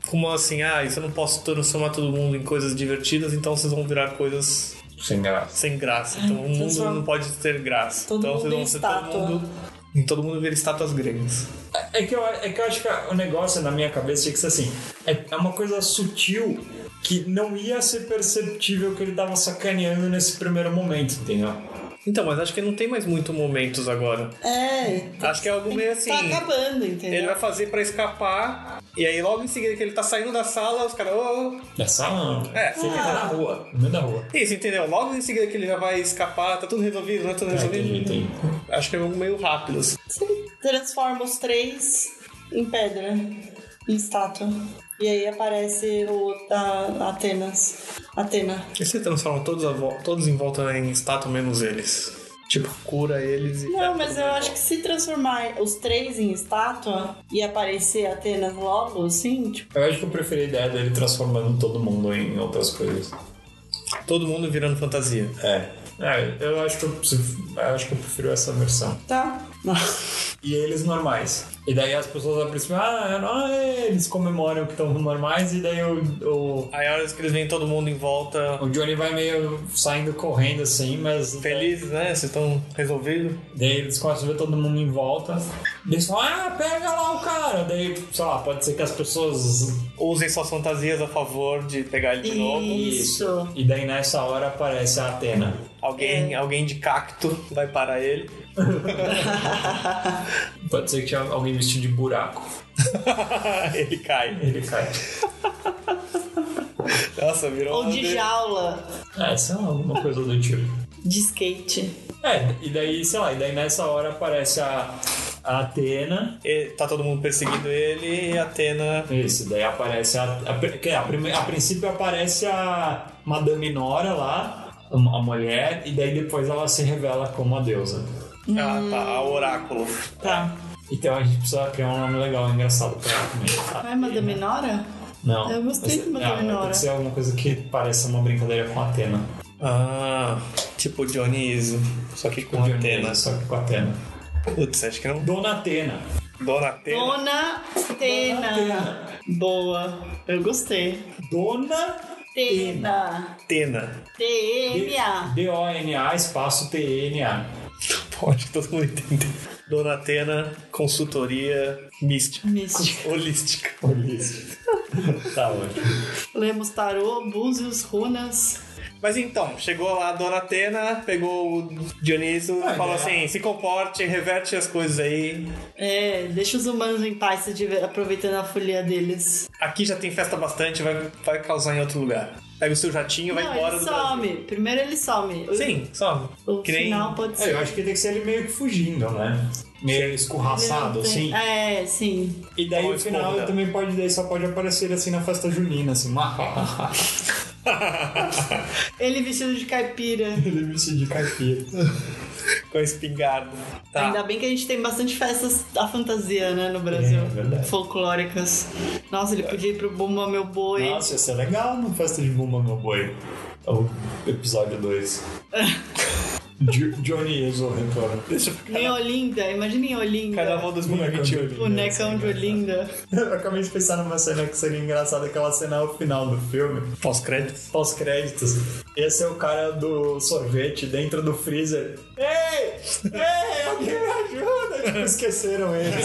Como assim, ah, isso eu não posso transformar todo mundo em coisas divertidas, então vocês vão virar coisas
Sem graça.
sem graça. Então o mundo
transforma-
não pode ter graça.
Todo
então
mundo
vocês vão
em
ser
estátua.
todo mundo. E todo mundo vira estátuas gregas.
É que, eu, é que eu acho que o negócio na minha cabeça tinha que ser assim: é, é uma coisa sutil que não ia ser perceptível que ele tava sacaneando nesse primeiro momento, entendeu?
Então, mas acho que não tem mais muito momentos agora.
É.
Acho que é algo meio assim.
Tá acabando, entendeu?
Ele vai fazer pra escapar. E aí, logo em seguida que ele tá saindo da sala, os caras. "Ô, ô".
Da sala não.
É.
Você fica na rua, no meio da rua.
Isso, entendeu? Logo em seguida que ele já vai escapar, tá tudo resolvido, não é tudo
Ah,
resolvido.
entendi, entendi.
Acho que é algo meio rápido. assim.
Se ele transforma os três em pedra, em estátua. E aí aparece o da Atenas. Atena.
E se transformam todos, a vo- todos em volta né, em estátua, menos eles? Tipo, cura eles e.
Não, mas eu acho que se transformar os três em estátua e aparecer Atenas logo, assim, tipo.
Eu acho que eu preferi a ideia dele transformando todo mundo em outras coisas.
Todo mundo virando fantasia.
É. É, eu acho que eu, pref- eu acho que eu prefiro essa versão.
Tá.
E eles normais. E daí as pessoas aproximam, ah, não, é", eles comemoram que estão normais, e daí o, o,
Aí a hora que eles vêm todo mundo em volta,
o Johnny vai meio saindo correndo assim, mas.
felizes, né? Vocês estão resolvidos.
Daí eles começam a ver todo mundo em volta. Daí Eles falam, ah, pega lá o cara. Daí, sei lá, pode ser que as pessoas.
Usem suas fantasias a favor de pegar ele de novo.
Isso.
E daí nessa hora aparece a Atena.
é.
Alguém, alguém de cacto vai parar ele.
Pode ser que tinha alguém vestido de buraco.
ele cai.
Ele cai.
Nossa, virou
Ou
uma
de
de-
jaula,
É, sei lá, alguma coisa do tipo.
de skate.
É, e daí, sei lá, e daí nessa hora aparece a, a Atena.
E Tá todo mundo perseguindo ele e ah, a Atena.
Isso, daí aparece a. A, pri- que é, a, prime- a princípio aparece a Madame Nora lá, a a mulher, e daí depois ela se revela como a deusa.
Ah,
Hum.
tá, a oráculo.
Tá. Então a gente precisa criar um nome legal, engraçado pra ela também.
Ai, Madame Nora?
Não.
Eu gostei
mas-
de Madame
não, vai ter
Nora.
que ser alguma coisa que pareça uma brincadeira com a Atena.
Ah, tipo Johnny Iso, só que com
Tipo Johnny
Atena.
Depp, Só que com a Atena.
Putz, acho que não.
Dona Atena.
Dona Atena.
Dona Tena.
Boa. Eu gostei.
Dona
Tena.
Atena.
T-N-A.
D-O-N-A espaço T-N-A.
Pode que todo mundo entende. Dona Atena, consultoria mística.
Mística.
Holística.
Tá ótimo.
Lemos tarô, búzios, runas.
Mas então, chegou lá a Dona Atena, pegou o Dioniso
Ah,
e falou
é.
assim: se comporte, reverte as coisas aí.
É, deixa os humanos em paz se diver- aproveitando a folia deles.
Aqui já tem festa bastante, vai, vai causar em outro lugar. Pega o seu jatinho e vai
Não,
embora
ele
do Brasil.
some. Primeiro ele some. O-
Sim, some.
O
Que nem-
final pode ser.
É, eu acho que tem que ser ele meio que fugindo, né? Meio escorraçado, assim.
É, sim.
E daí
Uma
o final
escova.
também pode, daí só pode aparecer ele assim na festa junina, assim.
Ele vestido de caipira.
ele vestido de caipira.
Com a espingarda. Tá.
Ainda bem que a gente tem bastante festas da fantasia, né, no
É,
Brasil.
é verdade.
Folclóricas. Nossa, ele podia ir pro Bumba Meu Boi.
Nossa, ia ser legal no Festa de Bumba, meu boi. O episódio 2. Johnny Iso retorno.
Deixa eu ficar.
Em Olinda, imagina em Olinda.
Carnaval 2021.
Bonecão de Olinda.
Eu acabei de pensar numa cena que seria engraçada, aquela cena ao final do filme,
Pós-créditos.
pós-créditos. Esse é o cara do sorvete dentro do freezer. Ei! Ei, alguém me ajuda! Tipo, esqueceram ele.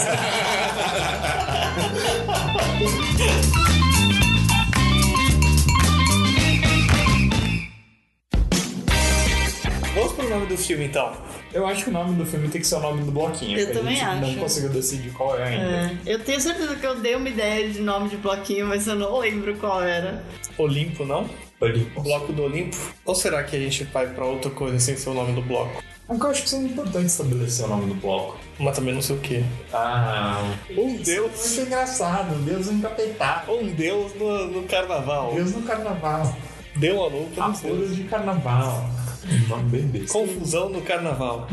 Vamos pro nome do filme então.
Eu acho que o nome do filme tem que ser o nome do bloquinho.
Eu
porque a
também
gente Não
acho.
conseguiu decidir qual é ainda.
É, Eu tenho certeza que eu dei uma ideia de nome de bloquinho, mas eu não lembro qual era.
Olimpo, não?
É.
Olimpo.
Bloco do Olimpo? Ou será que a gente vai pra outra coisa sem ser o nome do bloco?
Porque eu acho que isso é importante estabelecer o nome do bloco.
Mas também não sei o que.
Ah,
Um deus.
muito engraçado. um Deus encapetado. Um
Um deus no, no carnaval.
Deus no carnaval.
Deu a louca,
Ah,
não sei.
Arroz de carnaval. Um Nome bem besta.
Confusão no carnaval.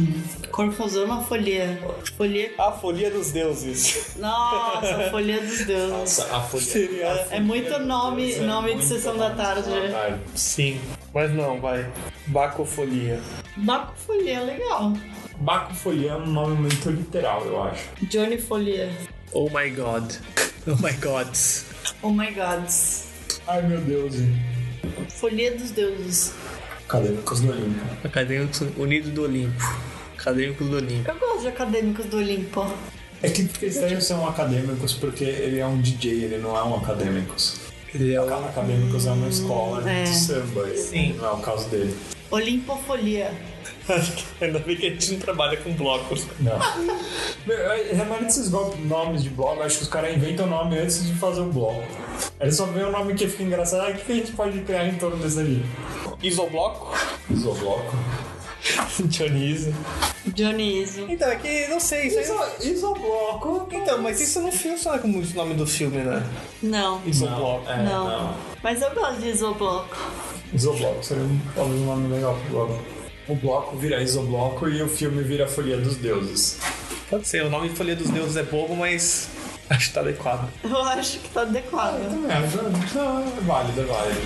Corfusão é uma folia. Folia.
A folia dos deuses.
Nossa, folia dos deuses.
Nossa, a folha.
Seria.
É muito nome,
Deus, é
nome de
muito
sessão
nome
da
de
tarde. né?
sessão da tarde.
Sim. Mas não, vai. Bacofolia.
Baco Folia, legal.
Baco Folia é um nome muito literal, eu acho.
Johnny Folia.
Oh my god. Oh my god.
Oh my god.
Ai meu Deus.
Folia dos deuses.
Acadêmicos é do Olimpo.
Acadêmicos Unidos do Olimpo. Acadêmicos do Olimpo.
Eu gosto de acadêmicos do Olimpo.
É que fica estranho ser um acadêmicos porque ele é um DJ, ele não é um acadêmicos.
Ele é o-
Acadêmicos é uma escola
É.
de samba. e
Sim.
Não é o caso dele.
Olimpofolia.
Ainda bem que a gente não trabalha com blocos.
Não. Meu, eu- A maioria desses go- nomes de blog, acho que os caras inventam o nome antes de fazer o blog. Eles só vêem o nome que fica engraçado. Ah, o que que a gente pode criar em torno desse ali?
Isobloco?
Isobloco.
Dioniso.
Johnny Iso.
Então, é que não sei, isso é- aí.
Iso, isobloco?
Então, mas isso não filme só como o nome do filme, né?
Não.
Isobloco.
É,
Não.
não.
Mas eu gosto de Isobloco.
Isobloco seria um- talvez um nome legal pro bloco. O bloco vira isobloco e o filme vira Folia dos Deuses.
Pode ser, o nome Folha dos Deuses é bobo, mas acho que tá adequado.
Eu acho que tá adequado.
Também acho. não, É válido, é válido.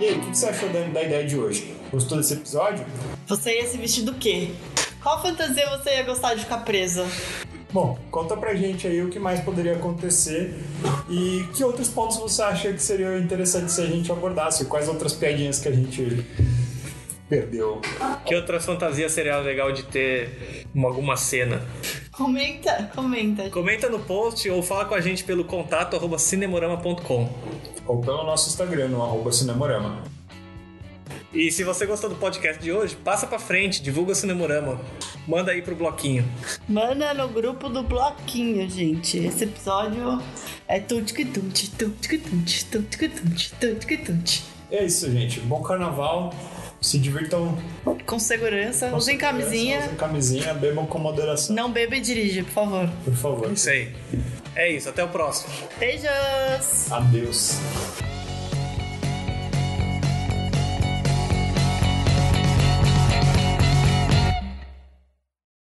E aí, o que vocês você achou da, da ideia de hoje? Gostou desse episódio?
Você ia se vestir do quê? Qual fantasia você ia gostar de ficar presa?
Bom, conta pra gente aí o que mais poderia acontecer e que outros pontos você acha que seria interessante se a gente abordasse, quais outras piadinhas que a gente perdeu.
Que outra fantasia seria legal de ter em alguma cena?
Comenta, comenta.
Comenta no post ou fala com a gente pelo contato arroba cinemorama.com.
Ou pelo nosso Instagram, no arroba Cinemorama.
E se você gostou do podcast de hoje, passa pra frente, divulga o Cinemorama. Manda aí pro bloquinho.
Manda no grupo do bloquinho, gente. Esse episódio é tuti-que-tuti, tuti-que-tuti, tuti-que-tuti, tuti-que-tuti.
É isso, gente. Bom carnaval. Se divirtam
Com segurança,
com
usem
segurança,
camisinha.
Usem camisinha, bebam com moderação,
Não beba e dirige, por favor. é
por favor.
Isso aí. É isso, até o próximo.
Beijos!
Adeus.